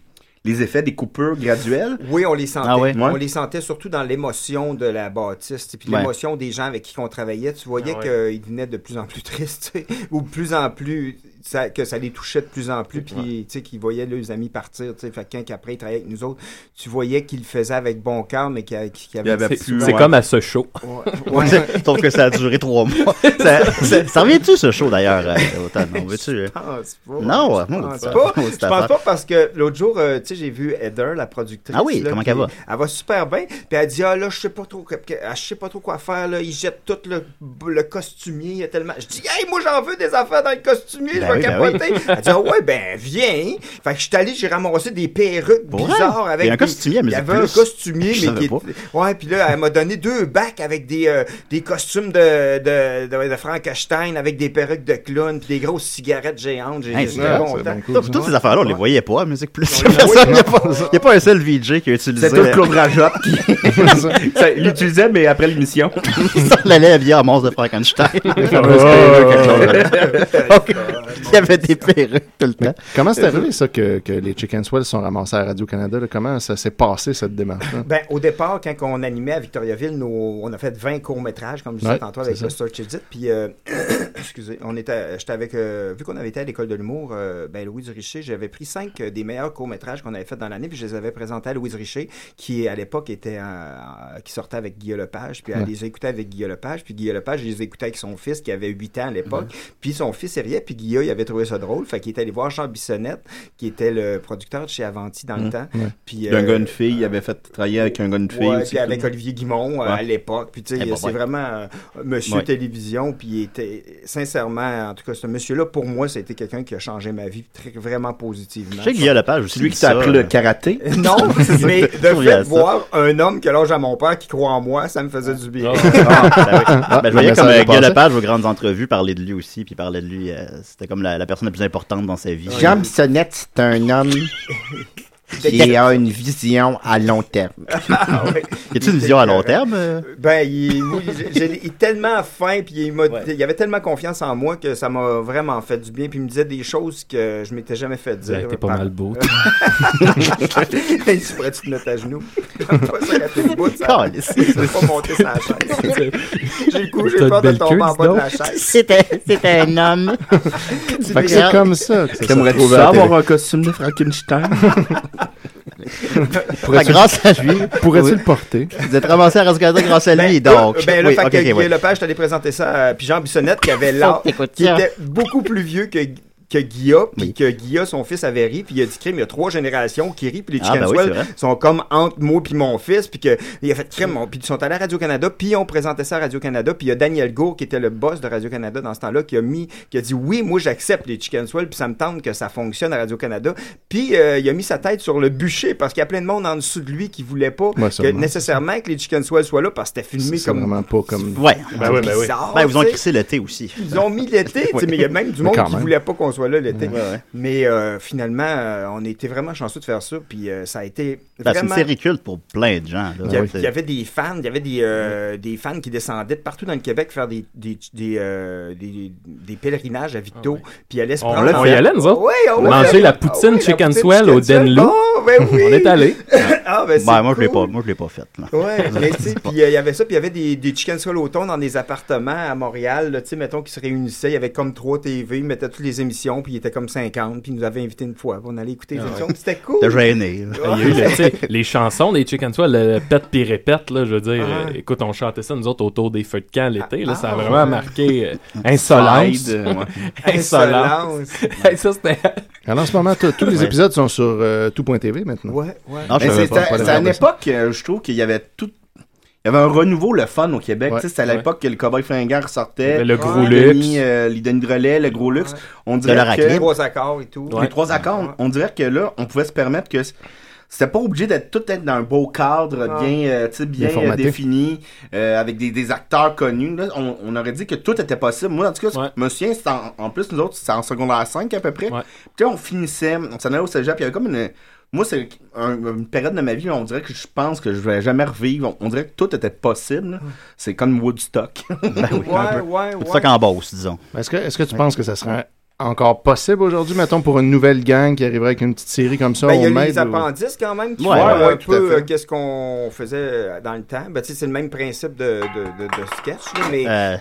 les effets des coupures graduelles? Oui, on les sentait. Ah ouais? On Ouais. les sentait surtout dans l'émotion de la bâtisse, et puis Ouais. l'émotion des gens avec qui on travaillait. Tu voyais Ah qu'ils venaient de plus en plus tristes, tu sais, ou de plus en plus, ça- que ça les touchait de plus en plus, puis tu sais, qu'ils voyaient leurs amis partir. tu sais. Fait que quand après ils travaillaient avec nous autres, tu voyais qu'ils le faisaient avec bon cœur, mais qu'il y a- qu'il y avait. Il y avait C'est plus- c'est ouais. comme à ce show. Ouais. Ouais. Ouais. Sauf que ça a duré trois mois. Ça, ça, ça revient-tu, ce show, d'ailleurs, euh, automne? On veut-tu? euh? Je pense pas. Non, je non, pense ça- pas. non, Je c'est pense affaire. pas parce que l'autre jour, euh, tu sais, j'ai vu Heather, la productrice. Ah oui, là, comment qui- qu'elle va? Elle va super bien. Puis elle dit ah là, je sais pas trop, que- que- je sais pas trop quoi faire là. Ils jettent tout le, le costumier, il y a tellement. Je dis hey, moi j'en veux des affaires dans le Ben costumier, je vais oui, ben capoter. Elle dit ah ouais, ben viens. Fait que je suis allé, j'ai ramassé des perruques Pour vrai? bizarres avec. Il y a un des- costumier à Il y Musique avait un Plus. costumier, Je mais savais qui pas. Ouais, puis là, elle m'a donné deux bacs avec des, euh, des costumes de, de, de, de Frankenstein, avec des perruques de clown, puis des grosses cigarettes géantes. J'ai Hey, j'étais c'est vrai, c'est content. bon coup. Toutes- Toutes ces affaires-là, on les voyait pas à Musique Plus. On les voyait Personne, Il n'y a, pas- il y a pas un seul VJ qui a utilisé. C'est tout le club Rajotte qui ça, il l'utilisait, mais après l'émission. Il allait habillé en monstre de Frankenstein. Ok. Il y avait des perruques tout le temps. Comment c'est arrivé ça que, que les Chicken Swell sont ramassés à Radio-Canada? là? Comment ça s'est passé cette démarche-là? Ben, au départ, quand on animait à Victoriaville, nos- on a fait 20 courts-métrages, comme je disais Ouais, tantôt avec c'est le Search Edit. Puis, euh, excusez, on était, j'étais avec, euh, vu qu'on avait été à l'école de l'humour, euh, ben, Louise Richer, j'avais pris cinq euh, des meilleurs courts-métrages qu'on avait fait dans l'année, puis je les avais présentés à Louise Richer, qui à l'époque était, en- en- qui sortait avec Guillaume Lepage, puis elle les écoutait avec Guillaume Lepage, puis Guillaume Lepage, je les écoutais avec son fils qui avait 8 ans à l'époque, puis son fils il riait, puis Guillaume, il avait trouvé ça drôle, fait qu'il était allé voir Jean Bissonnette, qui était le producteur de chez Avanti Hum, dans le temps. Puis, D'un euh, gars, une fille, il avait fait travailler avec un gars, une fille Ouais, aussi. puis avec Olivier Guimont euh, Ouais. à l'époque. Puis tu sais, Eh ben, c'est ouais. vraiment euh, Monsieur Ouais. Télévision. Puis il était sincèrement, en tout cas, ce monsieur-là, pour moi, ça a été quelqu'un qui a changé ma vie très, vraiment positivement. Je sais que Guillaume Lepage aussi. Celui dit qui t'a ça, appris euh, le karaté. Non, mais de Je reviens à fait, ça. voir un homme qui a l'âge à mon père qui croit en moi, ça me faisait du bien. Ah. Ben, je voyais le comme message euh, est Guillaume passé. Lepage aux grandes entrevues parlait de lui aussi, puis parlait de lui. euh, C'était comme la, la personne la plus importante dans sa vie. Jean Bissonnette, c'est un homme qui a une vision à long terme. Ah ouais. Y a-t-il une vision à long terme euh? Ben, il, oui, j'ai- j'ai- il est tellement fin, puis il, m'a- il avait tellement confiance en moi que ça m'a vraiment fait du bien. Puis il me disait des choses que je m'étais jamais fait dire. Ben, T'es pas par- mal beau. Hey, tu pourrais-tu te mettre à genoux? Comme toi, ça, quand t'es debout, ça- Calisse. tu peux pas monter sur la chaise. J'ai le coup, j'ai T'as une peur de belle tomber queue, en dis bas de donc. la chaise. C'était, c'était un homme. Fait que c'est comme ça. que ça s'est T'aimerais-tu retrouvé à ça la télé. avoir un costume de Frankenstein? Fait que grâce à lui, Pourrais-tu le porter? vous êtes ramassé à Radio-Canada grâce à lui, donc. Ben là, Oui, fait ok, que ok, ouais. Guy Lepage, je t'allais présenter ça à Puis Jean Bissonnette, qui avait l'art, Faut que t'écoutes qui ça. était beaucoup plus vieux que que Guilla, puis Oui. que Guilla, son fils, avait ri, puis il a dit crime, il y a trois générations qui rient, puis les Ah, ben oui, Chickenswell c'est vrai. sont comme entre moi puis mon fils, puis que il a fait crime, on- puis ils sont allés à Radio-Canada, puis on présentait ça à Radio-Canada, puis il y a Daniel Gour, qui était le boss de Radio-Canada dans ce temps-là, qui a mis, qui a dit oui, moi j'accepte les Chickenswell, puis ça me tente que ça fonctionne à Radio-Canada, puis euh, il a mis sa tête sur le bûcher, parce qu'il y a plein de monde en dessous de lui qui voulait pas Ouais, que sûrement. nécessairement que les Chickenswell soient là, parce que c'était filmé C'est comme Ah vraiment pas comme. Ouais. Ben oui, ben oui. bizarre, Ben, ils vous ont tu sais. crissé le thé aussi. Ils ont mis l'été, tu sais, mais il y a même du Mais monde quand qui même. voulait pas qu'on soit là l'été. ouais. Mais euh, finalement, euh, on était vraiment chanceux de faire ça, puis euh, ça a été Ben, c'est une vraiment... série culte pour plein de gens. là. Il y, a- Ben C'est- il y avait des fans, il y avait des, euh, des fans qui descendaient de partout dans le Québec faire des, des, des, euh, des- des pèlerinages à Victo, puis ils allaient se Ah On prendre... l'a fait. On y allait, nous autres. Oui, on Manger l'a fait. la poutine oui, chicken poutine swell au chicken Denlou. swell. Oh, ben oui. On est allé. Ah, ben, c'est Ben, moi, je l'ai cool. pas, moi, je l'ai pas faite. là. Ouais, mais tu sais, puis euh, il y avait ça, puis il y avait des, des chicken swell au thon dans des appartements à Montréal, là, tu sais, mettons, qui se réunissaient. Il y avait comme trois TV, ils mettaient toutes les émissions, puis il était comme 50, puis ils nous avaient invités une fois. puis on allait écouter les émissions, puis c'était cool. T'es gêné. là. Il y a eu, le- tu sais, les chansons des Chicken Swell, le, le pète puis répète, là, je veux dire, Ah. euh, écoute, on chantait ça, nous autres, autour des feux de camp l'été, là, ça a vraiment marqué euh, insolence. Slide, ouais. insolence. Hey, ça, c'était... Alors, en ce moment, t- tous les épisodes sont sur euh, tout.tv maintenant. Ouais, ouais. Non, je savais Mais Ben, c'est pas. à- pas c'est à une l'air de ça. époque, euh, je trouve qu'il y avait tout. Il y avait un renouveau le fun au Québec. Ouais. Tu sais, C'était à l'époque que le cowboy fringant ressortait. Le gros les luxe. Denis, euh, les Denis Drolet, le gros luxe. On dirait De la que raclette. Trois accords et tout. les trois accords, on- on dirait que là, on pouvait se permettre que c- c'était pas obligé d'être tout être dans un beau cadre bien, euh, tu sais, bien, Bien formaté. euh, défini, euh, avec des, des acteurs connus. Là, on, on aurait dit que tout était possible. Moi, en tout cas, Ouais. je me souviens, c'était en, en plus, nous autres, c'était en secondaire 5 à peu près. Ouais. Puis là, on finissait, on s'en allait au cégep, puis il y avait comme une... Moi, c'est un- une période de ma vie où on dirait que je pense que je vais jamais revivre. On, on dirait que tout était possible. là. C'est comme Woodstock. Ouais, ouais, C'est ouais. pour ça qu'en bosse, disons. Est-ce que, est-ce que tu penses que ça serait encore possible aujourd'hui, mettons, pour une nouvelle gang qui arriverait avec une petite série comme ça Ben, il y au a les maître? ou- appendices quand même qui Ouais, font ouais, un tout à peu fait. euh, qu'est-ce qu'on faisait euh, dans le temps. Ben, tu sais, c'est le même principe de, de, de, de sketch, là, mais Euh,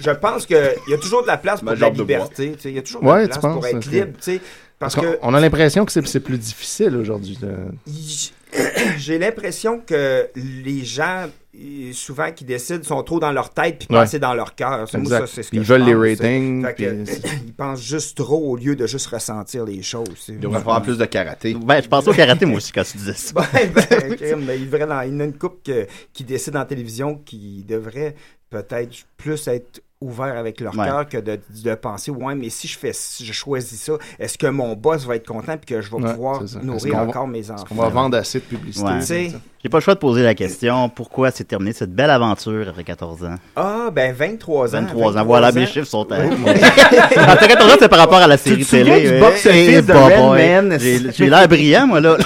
je pense qu'il y a toujours de la place pour de la Major de bois. liberté. tu sais, Il y a toujours Ouais, de tu la place penses, pour être c'est- libre. tu sais, Parce Parce que qu'on on a l'impression que c'est, c'est plus difficile aujourd'hui. de- J- J'ai l'impression que les gens, euh, souvent, qui décident, sont trop dans leur tête puis Ouais. pensent dans leur cœur. C'est- moi, Exact. ça, c'est ce que Ils je veulent les pense, ratings, c'est- fait que, puis ils pensent juste trop au lieu de juste ressentir les choses. c'est- Il devrait faire plus de karaté. ben, je pensais au karaté, moi aussi, quand tu disais ça. Ben, ben, crime, mais il, devrait dans- il y en a une couple que- qui décide en télévision qui devrait peut-être plus être ouvert avec leur Ouais. cœur que de, de penser ouais mais si je fais si je choisis ça est-ce que mon boss va être content puis que je vais Ouais, pouvoir c'est ça. Est-ce nourrir qu'on va- encore mes enfants On va vendre assez de publicité. Ouais. Tu sais, J'ai pas le choix de poser la question pourquoi s'est terminée cette belle aventure après 14 ans. Ah, ben 23 ans. 23 ans. Voilà, mes chiffres sont à. Après Ouais. 14 ans, c'est par rapport à la série te souviens télé. du ouais. box-office Eh, de boy, Red boy. Man? J'ai j'ai l'air brillant, moi, là.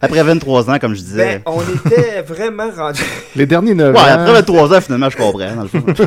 Après 23 ans, comme je disais. Ben, on était vraiment rendus. Les derniers 9 Ouais, ans, après 23 ans, finalement, je comprends. Dans le fond. Tu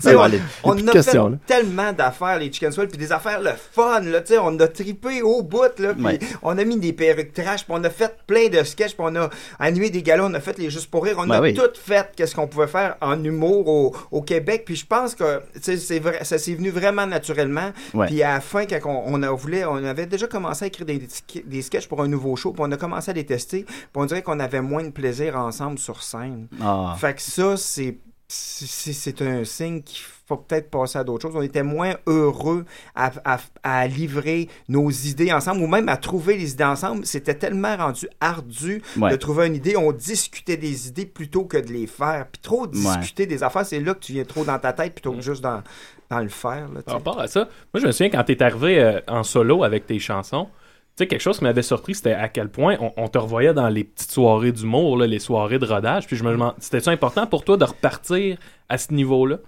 sais, bon, on, allez. on plus de a questions, là. fait tellement d'affaires, les Chicken Swell, puis des affaires le fun, là, tu sais, on a tripé au bout, là, puis Ouais. on a mis des perruques trash, puis on a fait plein de sketchs, puis on a annulé des galas, on a fait les Juste pour rire, on Ben a oui. tout fait, qu'est-ce qu'on pouvait faire en humour au, au Québec, puis je pense que, tu sais, c'est vrai, ça s'est venu vraiment naturellement, Ouais. puis à la fin, quand on, on a voulu, on avait déjà commencé à écrire des, sk- des sketchs pour un nouveau show, puis on a commencé à les tester, puis on dirait qu'on avait moins de plaisir ensemble sur scène. Ah. Fait que ça, c'est c'est- c'est un signe qu'il faut peut-être passer à d'autres choses. On était moins heureux à, à- à livrer nos idées ensemble ou même à trouver les idées ensemble. C'était tellement rendu ardu Ouais. de trouver une idée. On discutait des idées plutôt que de les faire. Puis trop discuter des affaires, c'est là que tu viens trop dans ta tête plutôt que juste dans, dans le faire. là, Par tu sais. rapport à ça, moi, je me souviens quand t'es arrivé euh, en solo avec tes chansons, tu sais, quelque chose qui m'avait surpris, c'était à quel point on, on te revoyait dans les petites soirées d'humour, là, les soirées de rodage, puis je me demande, c'était-tu important pour toi de repartir à ce niveau-là?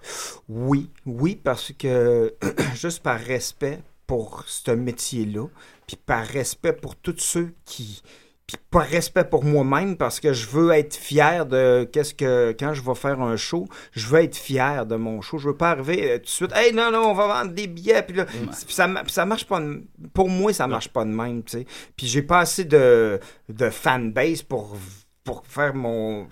Oui, oui, parce que juste par respect pour ce métier-là, puis par respect pour tous ceux qui... Puis par respect pour moi-même, parce que je veux être fier de qu'est-ce que quand je vais faire un show, je veux être fier de mon show. Je veux pas arriver euh, tout de suite. Hey non non, on va vendre des billets. Puis là, puis ça, ma- puis ça marche pas. de- pour moi, ça marche pas de même. Tu sais. Puis j'ai pas assez de de fanbase pour pour faire mon.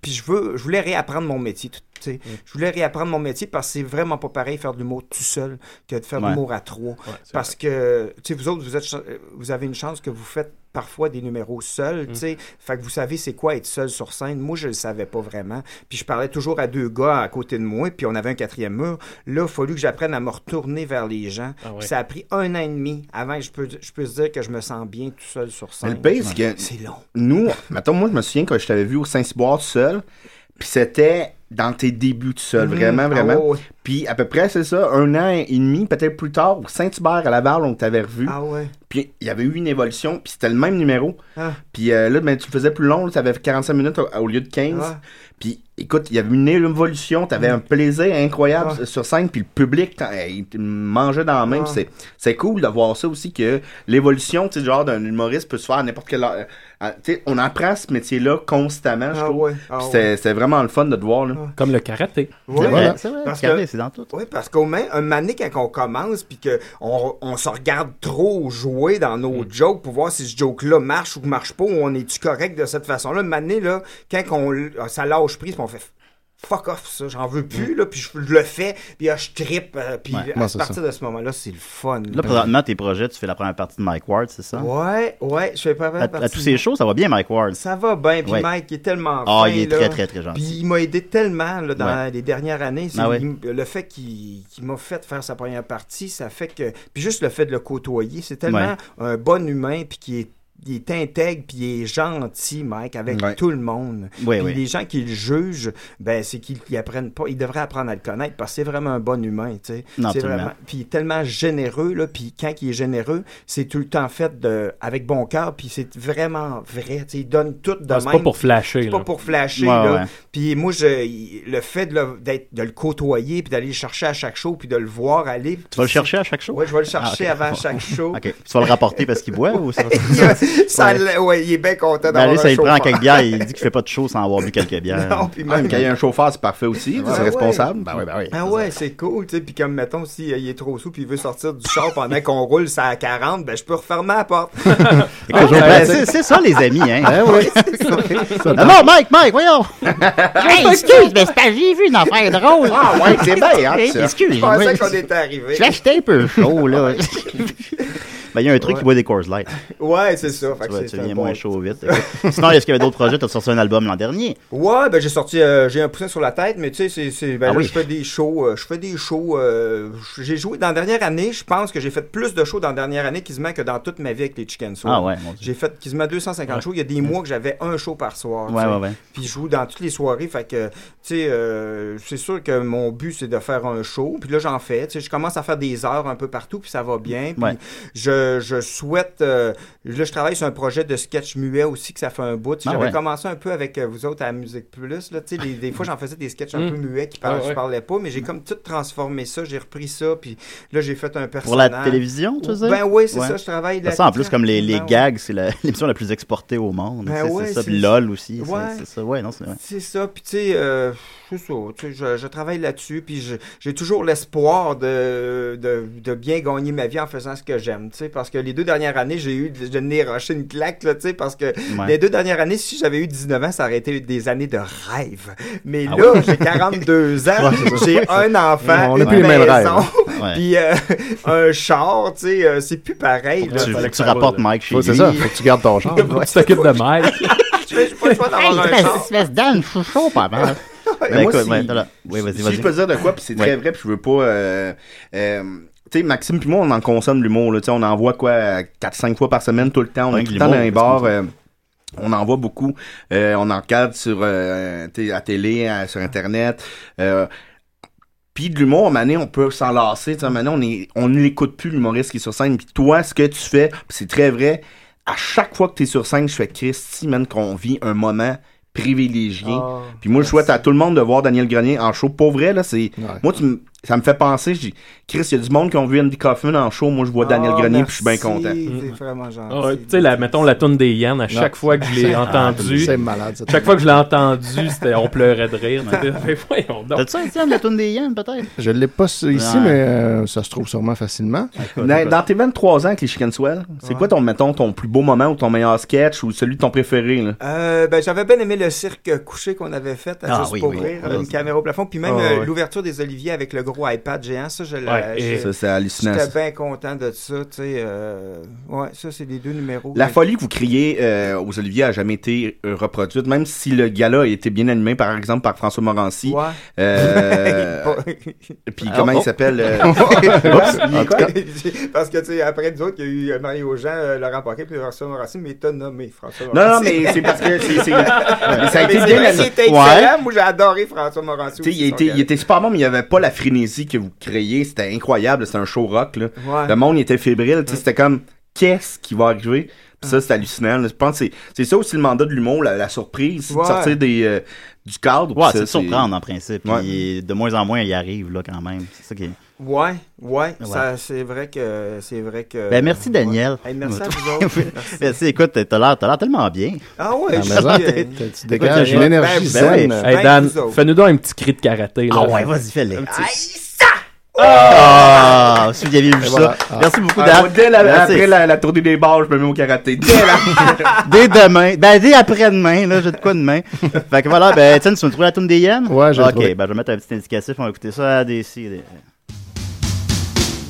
Puis je veux, je voulais réapprendre mon métier. Tout- tu Mm. sais. Je voulais réapprendre mon métier parce que c'est vraiment pas pareil faire de l'humour tout seul que de faire de Ouais. l'humour à trois. parce que, tu sais, vous autres, vous, êtes, ch- vous avez une chance que vous faites parfois des numéros seuls, tu Mm-hmm. sais. Fait que vous savez c'est quoi être seul sur scène. Moi, je le savais pas vraiment. Puis je parlais toujours à deux gars à côté de moi, puis on avait un quatrième mur. Là, il a fallu que j'apprenne à me retourner vers les gens. Ah ouais. Puis Ça a pris un an et demi avant que je peux je puisse dire que je me sens bien tout seul sur Mais le scène. pire, c'est que C'est long. nous, mettons, moi, je me souviens quand je t'avais vu au Saint-Cyboire tout seul, puis c'était dans tes débuts tout seul, vraiment, Ah vraiment. ouais, ouais. Puis à peu près, c'est ça, un an et demi, peut-être plus tard, au Saint-Hubert à Laval, on t'avait revu. Ah ouais. Puis il y avait eu une évolution, puis c'était le même numéro. Ah. Puis euh, là, ben, tu le faisais plus long, là, t'avais 45 minutes au, au lieu de 15. Ah. Mm. Puis écoute, il y avait une évolution, t'avais un plaisir incroyable Ah. s- sur scène, puis le public, t'en- eh, il te mangeait dans la main. Ah. puis C'est, c'est cool de voir ça aussi, que l'évolution, tu sais, genre d'un humoriste peut se faire à n'importe quelle heure. Ah, tu sais, on apprend ce métier-là constamment, je Ah trouve. ouais. Ah Puis ouais. Ah. c'est, c'est vraiment le fun de te voir, là. Comme le karaté. Ouais. C'est hein? vrai, c'est Parce que- vrai. C'est dans tout. Oui, parce qu'au moins, un moment donné, quand on commence, puis qu'on on se regarde trop jouer dans Mm. nos jokes pour voir si ce joke-là marche ou marche pas, ou on est-tu correct de cette façon-là, un moment donné, là, quand on, l- ah, ça lâche prise, puis on fait fuck off, ça, j'en veux Mm. plus, là, puis je le fais, puis là, je trippe, euh, puis à Ouais, c'est partir de ce moment-là, c'est le fun. Là, présentement, tes projets, tu fais la première partie de Mike Ward, c'est ça? ouais, ouais, je fais pas À, mal à tous ces shows, ça va bien, Mike Ward. Ça va bien, puis Ouais. Mike il est tellement Ah, fin, il est là. très, très, très gentil. Puis il m'a aidé tellement là, dans Ouais. les dernières années. C'est Ah ouais. il- le fait qu'il qu'il m'a fait faire sa première partie, ça fait que. Puis juste le fait de le côtoyer, c'est tellement un bon humain, puis qui est il est intègre puis il est gentil Mike avec Ouais. tout le monde Oui, puis oui. les gens qui le jugent ben c'est qu'ils qu'ils apprennent pas ils devraient apprendre à le connaître parce que c'est vraiment un bon humain tu sais Non, c'est absolument. vraiment puis il est tellement généreux là puis quand il est généreux c'est tout le temps fait de avec bon cœur puis c'est vraiment vrai tu sais il donne tout de Ah, C'est même pas pour flasher. c'est pas là. pour flasher Ouais, là. ouais. Puis moi je il- le fait de le, d'être- de le côtoyer puis d'aller le chercher à chaque show puis de le voir aller. Tu vas le chercher à chaque show? Ouais, je vais le Ah, ok. chercher avant chaque show. OK. Tu vas le rapporter parce qu'il boit ou ça? ça, l'a- ouais, il est bien content Ben, d'avoir allez, ça un il show prend fort. quelques bières. Il dit qu'il fait pas de show sans avoir bu quelques bières. Non, puis Même même Ah, Ah quand il y a un chauffeur, c'est parfait aussi, Ouais, c'est ouais. responsable. Ben oui, ben oui. Ah ouais, c'est cool, tu sais, puis comme mettons si euh, il est trop sous puis il veut sortir du char pendant qu'on roule ça à 40, ben je peux refermer la porte. Écoute, je- ben, c'est c'est ça, les amis. Hein. Ben non, non, Mike, Mike, voyons. Hey, excuse, mais c'est pas- j'ai vu une affaire drôle. Ah ouais, c'est bien, hein, Hey, ça. excuse, ben, Je pensais qu'on moi était arrivé. J'étais un peu chaud, là. Ben, Il y a un truc qui boit des Coors Light. Ouais, c'est ça, fait Tu, que vois, c'est tu un viens bon moins chaud vite. Sinon, est-ce qu'il y avait d'autres projets? Tu as sorti un album l'an dernier. Ouais, ben j'ai sorti, euh, j'ai un poussin sur la tête, mais tu sais, c'est, c'est, ben Ah là, oui. je fais des shows, euh, je fais des shows, euh, j'ai joué dans la dernière année, je pense que j'ai fait plus de shows dans la dernière année quasiment que dans toute ma vie avec les Chicken Soul. Ah ouais, mon Dieu. J'ai fait quasiment 250 shows, il y a des mois que j'avais un show par soir. tu Ouais, sais. ouais, ouais. Puis je joue dans toutes les soirées, fait que, tu sais, euh, c'est sûr que mon but c'est de faire un show, puis là j'en fais, tu sais, je commence à faire des heures un peu partout, puis ça va bien, puis Ouais. je, je souhaite, euh, là je travaille sur un projet de sketch muet aussi, que ça fait un bout, Tu sais, Ah j'avais ouais. commencé un peu avec euh, vous autres à Musique Plus, là, tu sais, des, des fois j'en faisais des sketchs un peu muets qui parlaient, Ah ouais. je parlais pas, mais j'ai comme tout transformé ça, j'ai repris ça, puis là j'ai fait un personnage. Pour la télévision, tu sais? Ben oui, c'est Ouais. ça, je travaille Ben Ça, en plus, comme les, les gags gags, c'est la- l'émission la, plus exportée au monde. Ben c'est c'est ouais, ça. c'est- Puis LOL aussi. c'est- Ouais. C'est ça. Ouais, non, c'est ouais. C'est ça, puis tu sais, euh, c'est ça, tu sais, je, je travaille là-dessus, puis je- j'ai toujours l'espoir de, de, de bien gagner ma vie en faisant ce que j'aime, tu sais, parce que les deux dernières années, j'ai eu, je n'ai rushé une claque, là, tu sais, parce que Ouais. les deux dernières années, si j'avais eu 19 ans, ça aurait été des années de rêve. Mais Ah là, j'ai 42 ans, j'ai un enfant, On a une plus les mêmes rêves, maison, Ouais. puis euh, un char, tu sais, euh, c'est plus pareil, là. Tu, fallait que tu ça rapportes roule. Mike chez Ouais, lui. c'est ça, faut que tu gardes ton hein. genre. Tu t'occupes de Mike. Je n'ai pas le choix Hey, d'avoir un espèce- char. espèce d'âne, je suis chaud, pas mal. Ben, moi, écoute, si- ouais, voilà. Oui, vas-y, si vas-y. je peux dire de quoi, puis c'est très Ouais. vrai, puis je veux pas. euh, euh, tu sais, Maxime, puis moi, on en consomme de l'humour. là. Tu sais, On en voit quoi 4-5 fois par semaine, tout le temps. On Ouais, est tout le de temps dans les l'humour, parce bars. qu'on- euh, on en voit beaucoup. Euh, on en regarde sur, euh, tu sais, à télé, à- sur Internet. Euh, puis de l'humour, à un moment donné, on peut s'enlacer. Tu sais, à un moment donné, on est- on ne l'écoute plus, l'humoriste qui est sur scène. Puis toi, ce que tu fais, puis c'est très vrai, à chaque fois que tu es sur scène, je fais Christy, man, qu'on vit un moment privilégié. Ah, Puis moi, je souhaite à tout le monde de voir Daniel Grenier en show. Pour vrai, là, c'est. Ouais. Moi, tu me- ça me fait penser, je dis, Chris, il y a du monde qui ont vu Andy Kaufman en show, moi je vois Daniel Ah, Grenier, puis je merci, suis bien content. t'es vraiment gentil. Ah ouais, tu sais, la- mettons la toune des Yann, à chaque fois que je l'ai entendue, Ah, C'est malade, ça. chaque fois que je l'ai entendue, c'était- on pleurait de rire. C'était, Mais voyons donc. T'as-tu ça, Étienne, la toune des Yann, peut-être? Je l'ai pas su- ici, Ouais. mais euh, ça se trouve sûrement facilement. Dans, dans tes 23 ans avec les Chickenswell, c'est quoi ton, mettons, ton plus beau moment ou ton meilleur sketch ou celui de ton préféré, là? Euh, ben, j'avais bien aimé le cirque couché qu'on avait fait à Ah, juste oui, pour oui. rire, Ah, là, une c'est- caméra au plafond, puis même Ah, euh, ouais. l'ouverture des oliviers avec le gros iPad géant, ça je l'ai. Ouais, et- je- Ça, c'est hallucinant. J'étais ça. bien content de ça, tu sais. euh, Ouais, ça c'est les deux numéros. La que- folie que vous criez euh, aux Olivier a jamais été euh, reproduite, même si le gala a été bien animé, par exemple, par François Morancy. Ouais. Euh, puis Ah comment il s'appelle euh, Parce que, tu sais, après nous autres, il y a eu Mario Jean, euh, Laurent Paquet, puis François Morassi, mais t'as nommé François Non, Morassi. non, mais c'est parce que c'est, c'est- mais ça a été bien Mais c'est- animé. c'était excellent. Moi, j'ai adoré François Morassi. Tu sais, aussi, il, son était, gars. il était super bon, mais il n'y avait pas la frénésie que vous créez. C'était incroyable. C'était un show rock. Là. Ouais. Le monde il était fébrile. tu sais, C'était comme qu'est-ce qui va arriver? Puis ça, c'est hallucinant. là. Je pense que c'est, c'est ça aussi le mandat de l'humour, la, la surprise, c'est de Ouais. sortir des, euh, du cadre. Ouais, Puis c'est ça, de surprendre en principe. Ouais. Puis de moins en moins, il arrive là quand même. C'est ça qui est- Ouais, ouais, Ouais. ça, c'est vrai que, c'est vrai que. Ben, merci, Daniel. Ouais. Hey, merci à vous autres. Merci. Merci, écoute, t'as l'air, t'as l'air tellement bien. Ah ouais, Dans je la maison, suis, euh, t'as- t'as- tu dégages une Ben, énergie ben oui. saine. Ben, Hey Dan, vous autres. fais-nous donc un petit cri de karaté. Là. Ah ouais, vas-y, fais-le. Un petit- Ah! Si vous aviez vu ça. voilà. Ah. Merci beaucoup, Ah, Dan. moi, dès la- Merci. après la, la tournée des bars, je me mets au karaté. Dès la- Dès demain. Ben, dès après-demain, là, j'ai de quoi demain. fait que voilà, ben, Étienne, tu me trouves la toune des yens? Ouais, je l'ai Ok, trouvé. ben, je vais mettre un petit indicatif, on va écouter ça à DC. des-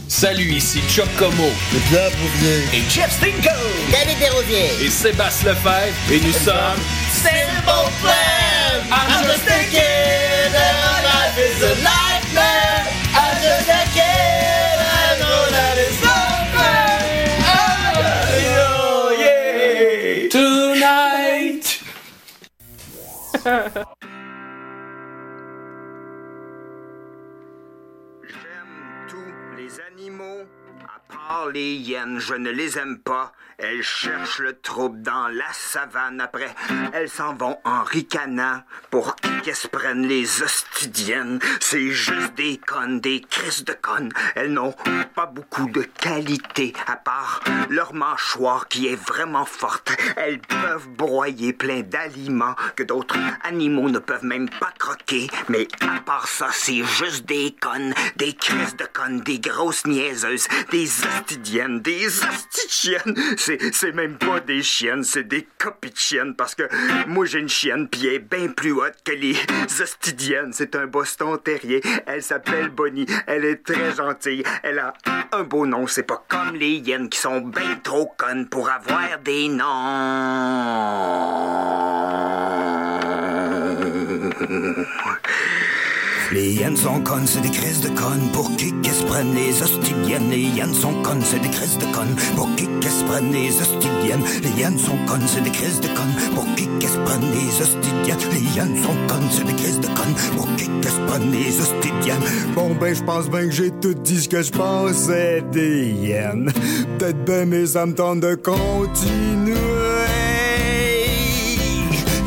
Salut, ici Chuck Como. Et Jeff Stinko. David Desrosiers. Et Sébastien Lefebvre. Et nous sommes. Simple Plan. I'm just a kid. And my life is a nightmare. I'm just a kid. I know that it's over. Oh, yeah. Tonight. J'aime tous les animaux, à part les hyènes, je ne les aime pas. Elles cherchent le trouble dans la savane après. Elles s'en vont en ricanant pour qu'elles se prennent les ostidiennes. C'est juste des connes, des crises de connes. Elles n'ont pas beaucoup de qualité, à part leur mâchoire qui est vraiment forte. Elles peuvent broyer plein d'aliments que d'autres animaux ne peuvent même pas croquer. Mais à part ça, c'est juste des connes, des crises de connes, des grosses niaiseuses, des astidiennes, des astichiennes. C'est, c'est même pas des chiennes, c'est des copies de chiennes parce que moi j'ai une chienne puis elle est bien plus haute que les astidiennes. C'est un Boston terrier. Elle s'appelle Bonnie. Elle est très gentille. Elle a un beau nom. C'est pas comme les hyènes qui sont bien trop connes pour avoir des noms. Les hyènes sont connes, c'est des crises de connes Pour qui qu'elles se prennent les hostidiennes Les hyènes sont connes, c'est des crises de connes Pour qui qu'elles se prennent les hostidiennes Les hyènes sont connes, c'est des crises de connes Pour qui qu'elles se prennent les hostidiennes Les hyènes sont connes, c'est des crises de connes Pour qui qu'elles se prennent les hostidiennes Bon ben je pense bien que j'ai tout dit ce que je pensais des hyènes Peut-être ben mais ça me tente de continuer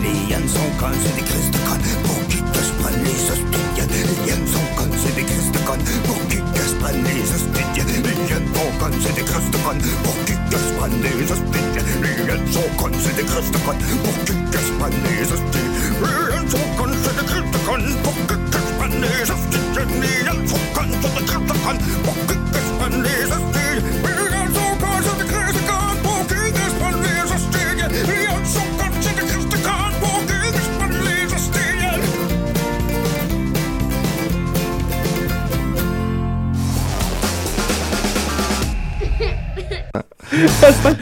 les hyènes sont connes, c'est des crises de connes. Pour qui que je prenne les hostidiennes Les hyènes sont connes, c'est des crises de connes. Pour qui que je prenne les hostidiennes Les hyènes sont connes, c'est des crises de connes. Pour qui que je prenne les hostidiennes Les hyènes sont connes, c'est des crises de connes. Pour qui que je prenne les hostidiennes Les hyènes sont connes, c'est des crises de connes. Pour qui que je prenne les hostidiennes Les hyènes sont connes, c'est des crises de connes. Pour qui que je prenne les hostidiennes Les hyènes sont connes, c'est des crises de connes. Pour qui que je prenne les hostidiennes Les hyènes sont connes, c'est des crises de connes. Pour qui que je prenne les hostidiennes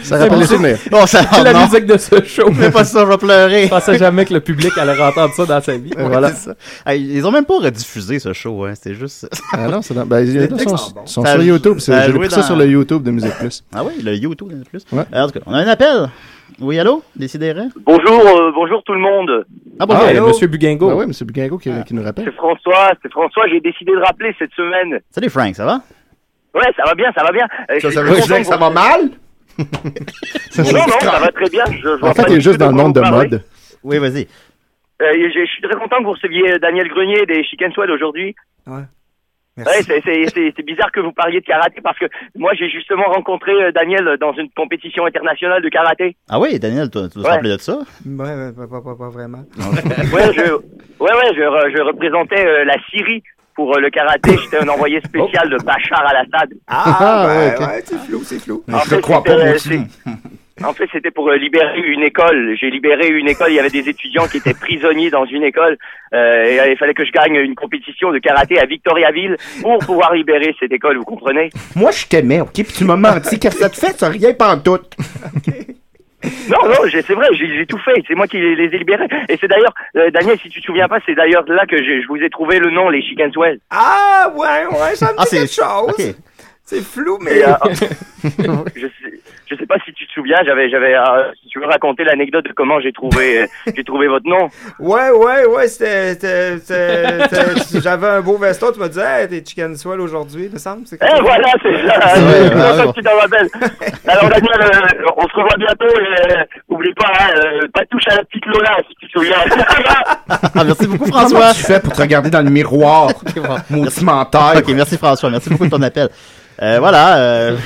Ça rappelle les souvenirs. Bon, ça C'est oh, la non. musique de ce show. Fais pas ça, je vais pleurer. Je pensais jamais que le public allait entendre ça dans sa vie. Ouais, c'est ça. Hey, ils ont même pas rediffusé ce show, hein. C'était juste. Ah non, c'est dans... ben, ils sont, sont Ça sur a- YouTube. ça a c'est- J'ai joué pris ça dans- sur le YouTube de Musique Plus. Ah oui, le YouTube en plus. Ouais. Alors, en tout cas, on a un appel. Oui, allô? Décidérez? Bonjour, euh, bonjour tout le monde. Ah Ah, bonjour. et Monsieur Bugingo. Ben oui, M. Bugingo qui, qui nous rappelle. C'est François, c'est François. J'ai décidé de rappeler cette semaine. Salut Frank, ça va? Ouais, ça va bien, ça va bien. Euh, ça, je suis ça veut content dire que de ça vous- va mal? Non, non, ça va très bien. Je, je vois En fait, pas il est du juste tout dans le quoi monde de vous parlez. mode. Oui, vas-y. euh, Euh, je, je suis très content que vous receviez Daniel Grenier des Chicken Swell aujourd'hui. Ouais, c'est- c'est c'est- c'est bizarre que vous parliez de karaté parce que moi j'ai justement rencontré euh, Daniel dans une compétition internationale de karaté. Ah oui, Daniel, tu tu dois te Ouais. rappeler de ça? Ouais, ouais, pas, pas- pas- pas vraiment. Ouais, je, ouais, ouais, je, re- je représentais euh, la Syrie pour euh, le karaté. J'étais un envoyé spécial de Bachar al-Assad. Ah, ouais, ouais, ouais, c'est flou, c'est flou. En fait, c'était, euh, c'est- En fait, c'était pour euh, libérer une école. J'ai libéré une école. Il y avait des étudiants qui étaient prisonniers dans une école. Euh, et euh, il fallait que je gagne une compétition de karaté à Victoriaville pour pouvoir libérer cette école, vous comprenez Moi, je t'aimais, OK? Puis tu m'as menti. Qu'est-ce que ça te fait? Ça rien pas en tout. Non, non, j'ai- c'est vrai, j'ai j'ai tout fait. C'est moi qui les, les ai libérés. Et c'est d'ailleurs, euh, Daniel, si tu te souviens pas, c'est d'ailleurs là que j'ai- je vous ai trouvé le nom, les Chickenswell. Ah, ouais, ouais, ça me dit Ah, c'est- quelque chose. ok. C'est flou, mais. Et, euh, je, sais, je sais pas si tu te souviens, j'avais, j'avais, euh, si tu veux raconter l'anecdote de comment j'ai trouvé, euh, j'ai trouvé votre nom. Ouais, ouais, ouais, c'était. c'était- c'était- c'était- J'avais un beau veston, tu m'as dit, hey, t'es chicken swell aujourd'hui, il me semble. c'est Eh voilà, c'est ça. C'est ouais, ça que tu t'en rappelles. Alors Daniel, euh, on se revoit bientôt. Et, euh, oublie pas, hein, euh, pas de touche à la petite Lola, si tu te souviens. Ah, merci beaucoup, François. Comment tu fais pour te regarder dans le miroir? Maudit menteur. Ok, merci François, merci beaucoup de ton appel. Euh, voilà. Euh...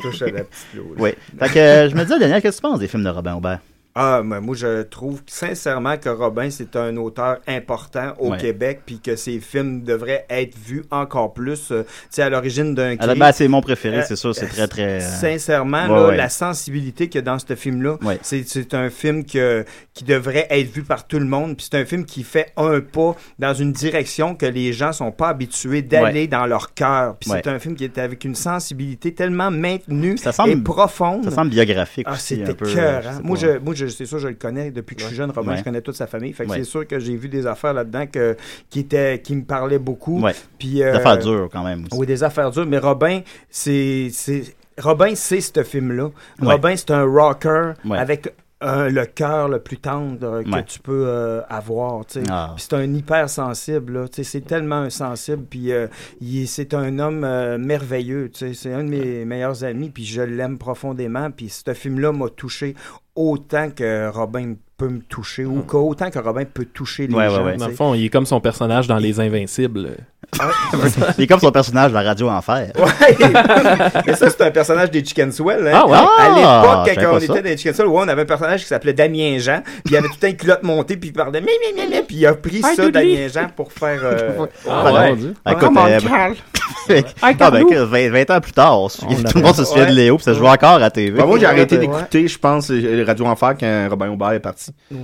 touche à la petite Lola. Oui. Fait que euh, je me disais, Daniel, qu'est-ce que tu penses des films de Robin Aubert? Ah, mais moi, je trouve sincèrement que Robin, c'est un auteur important au Ouais. Québec, puis que ses films devraient être vus encore plus. euh, tu sais, à l'origine d'un Ah, cri. ben, c'est mon préféré, Euh, c'est sûr, c'est très, très, euh, Sincèrement, ouais, là, ouais. la sensibilité qu'il y a dans ce film-là, Ouais. c'est- c'est un film que, qui devrait être vu par tout le monde, puis c'est un film qui fait un pas dans une direction que les gens sont pas habitués d'aller Ouais. dans leur cœur. Puis Ouais. c'est un film qui est avec une sensibilité tellement maintenue Ça semble- et profonde. ça semble biographique Ah, aussi, c'était un peu, euh, cœur. je sais pas. Moi, je, moi je, c'est sûr, je le connais depuis que je suis jeune. Robin, Ouais. je connais toute sa famille. Fait que Ouais. c'est sûr que j'ai vu des affaires là-dedans que, qui, étaient, qui me parlaient beaucoup. Ouais. Puis, euh, Des affaires dures, quand même, aussi. Ah Oui, des affaires dures. Mais Robin, c'est. c'est- Robin, c'est ce film-là. Ouais. Robin, c'est un rocker Ouais. avec euh, le cœur le plus tendre euh, que Ouais. tu peux euh, avoir. tu sais. Ah. Puis c'est un hyper sensible. là, tu sais, C'est tellement insensible. Puis euh, il est- c'est un homme euh, merveilleux. tu sais. C'est un de mes meilleurs amis. Puis je l'aime profondément. Puis ce film-là m'a touché autant que Robin peut me toucher Hum. ou qu'autant autant que Robin peut toucher les gens. tu Dans le sais. fond, il est comme son personnage dans Les Invincibles. Il est comme son personnage de la radio Enfer. Mais ça, c'est un personnage des Chicken Swell. Hein? Ah ouais? Ah, À je l'époque, savais quand on pas ça. était des Chicken Swell, ouais, on avait un personnage qui s'appelait Damien Jean. Puis il avait tout un culotte monté, puis il parlait mi, mi, mi, mi, Puis il a pris Hey, ça, Dudley. Damien Jean, pour faire. euh, Ah, ouais. Écoute, euh, Hey, ah, ben, Carlou. que 20, 20 ans plus tard, on se souvient- tout le monde se souvient de Ouais. Léo, puis ça se joue encore à la TV. Bah, moi, j'ai arrêté d'écouter, je pense, euh, Radio Enfer quand Robin Aubert est parti. Ouais.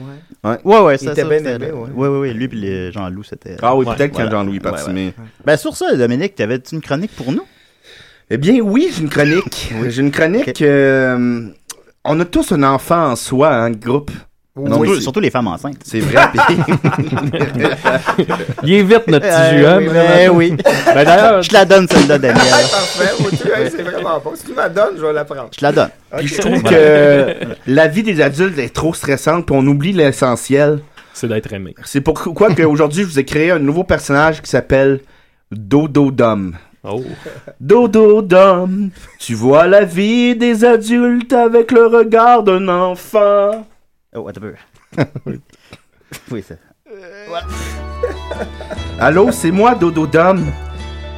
Ouais, Ouais, ouais, ça. ça, ça, c'était- ouais. ouais, ouais, lui puis les- Jean-Loup, c'était. Ah oui, peut-être quand Jean-Louis est parti, mais- Ben, sur ça, Dominique, t'avais-tu une chronique pour nous? Eh bien, oui, j'ai une chronique. J'ai une chronique. euh, on a tous un enfant en soi, hein, de groupe. Oui. Surtout- surtout les femmes enceintes. C'est vrai. puis- Il est vite, notre petit Euh, vieux homme. oui, Ben oui. Ben, d'ailleurs- je te la donne, celle-là, Daniel. Parfait, moi, tu- hey, c'est vraiment bon. Si tu me la donnes, je vais la prendre. Je la donne. Puis je trouve que euh, la vie des adultes est trop stressante, puis on oublie l'essentiel. C'est d'être aimé. C'est pourquoi qu'aujourd'hui, je vous ai créé un nouveau personnage qui s'appelle Dodo Dom. Oh. Dodo Dom, tu vois la vie des adultes avec le regard d'un enfant. Oh, attends un peu. oui, ça. Allô, c'est moi, Dodo Dom.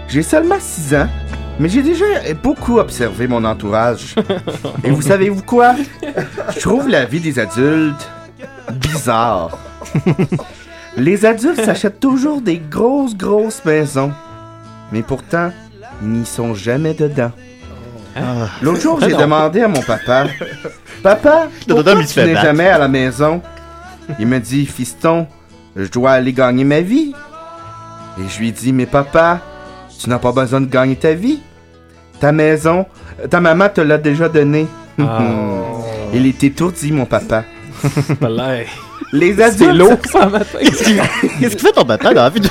J'ai seulement 6 ans, mais j'ai déjà beaucoup observé mon entourage. Et vous savez-vous quoi? Je trouve la vie des adultes bizarre. Les adultes s'achètent toujours des grosses, grosses maisons, mais pourtant, ils n'y sont jamais dedans. L'autre jour, j'ai Ah non. demandé à mon papa, Papa, Dodo Dom, pourquoi il se tu fait n'es battre. jamais à la maison? Il me dit, Fiston, je dois aller gagner ma vie. Et je lui dis, mais papa, tu n'as pas besoin de gagner ta vie. Ta maison, euh, ta maman te l'a déjà donnée. Ah. Il est étourdi, mon papa. Les C'est lourd, adultes. ça, matin. Qu'est-ce qu'il qu'est-ce qu'il fait ton papa dans la vie de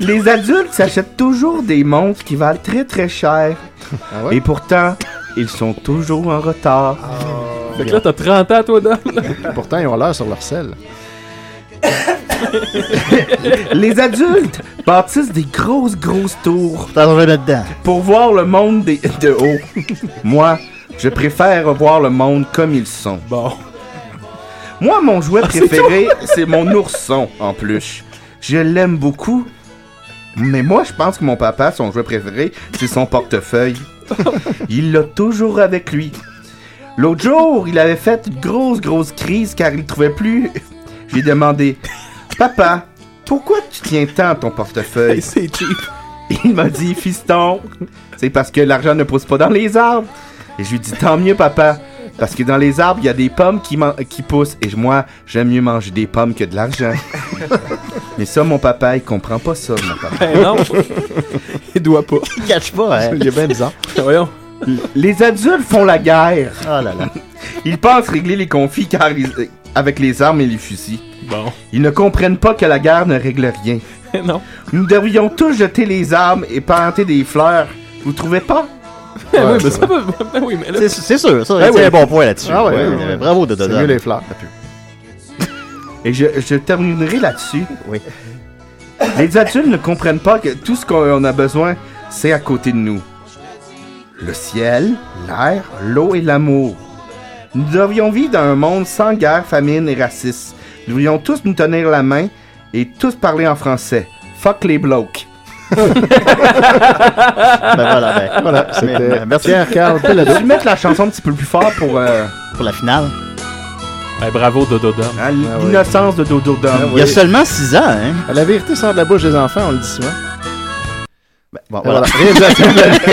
Les adultes s'achètent toujours des montres qui valent très très cher. ouais? Et pourtant, ils sont toujours en retard. Fait que là, t'as 30 ans, toi, Dom. Pourtant, ils ont l'heure sur leur selle. Ah. Les adultes bâtissent des grosses, grosses tours. Pour voir le monde des- de haut. Moi, je préfère voir le monde comme ils sont. Bon. Moi, mon jouet Ah, c'est préféré, c'est mon ourson en plus. Je l'aime beaucoup, Mais moi, je pense que mon papa, son jouet préféré, c'est son portefeuille. Il l'a toujours avec lui. L'autre jour, il avait fait une grosse, grosse crise car il ne trouvait plus. J'ai demandé Papa, pourquoi tu tiens tant à ton portefeuille C'est cheap. Il m'a dit Fiston, c'est parce que l'argent ne pousse pas dans les arbres. Et je lui dis Tant mieux, papa. Parce que dans les arbres, il y a des pommes qui, man- qui poussent. Et je- moi, j'aime mieux manger des pommes que de l'argent. Mais ça, mon papa, il comprend pas ça, mon papa. Ben non. il doit pas. Il cache pas, hein. Il est bien bizarre. Voyons. Les adultes font la guerre. Ah Ils pensent régler les conflits car ils- euh, avec les armes et les fusils. Bon. Ils ne comprennent pas que la guerre ne règle rien. Ben, non. Nous devrions tous jeter les armes et planter des fleurs. Vous trouvez pas? Ben oui, mais ça peut. ben oui, mais là- C'est- C'est sûr, ça, Ben c'est oui. Eh un bon point là-dessus. Ah ouais, Ouais, ouais, ouais. Bravo, Dodo. C'est mieux les fleurs. Et je, je terminerai là-dessus. Oui. Les adultes ne comprennent pas que tout ce qu'on a besoin, c'est à côté de nous. Le ciel, l'air, l'eau et l'amour. Nous devrions vivre dans un monde sans guerre, famine et racisme. Nous devrions tous nous tenir la main et tous parler en français. Fuck les blocs. Ben voilà, ben, Voilà, c'était Mais- mais- merci. Pierre-Carl Pelado. Tu mettre la chanson un petit peu plus fort pour... euh, hein, Pour la finale. Ben, bravo, Dodo Dom. Ah L'innocence de Dodo Dom. Il y a seulement 6 ans, hein. La vérité sort de la bouche des enfants, on le dit souvent. Ben, Bon, voilà.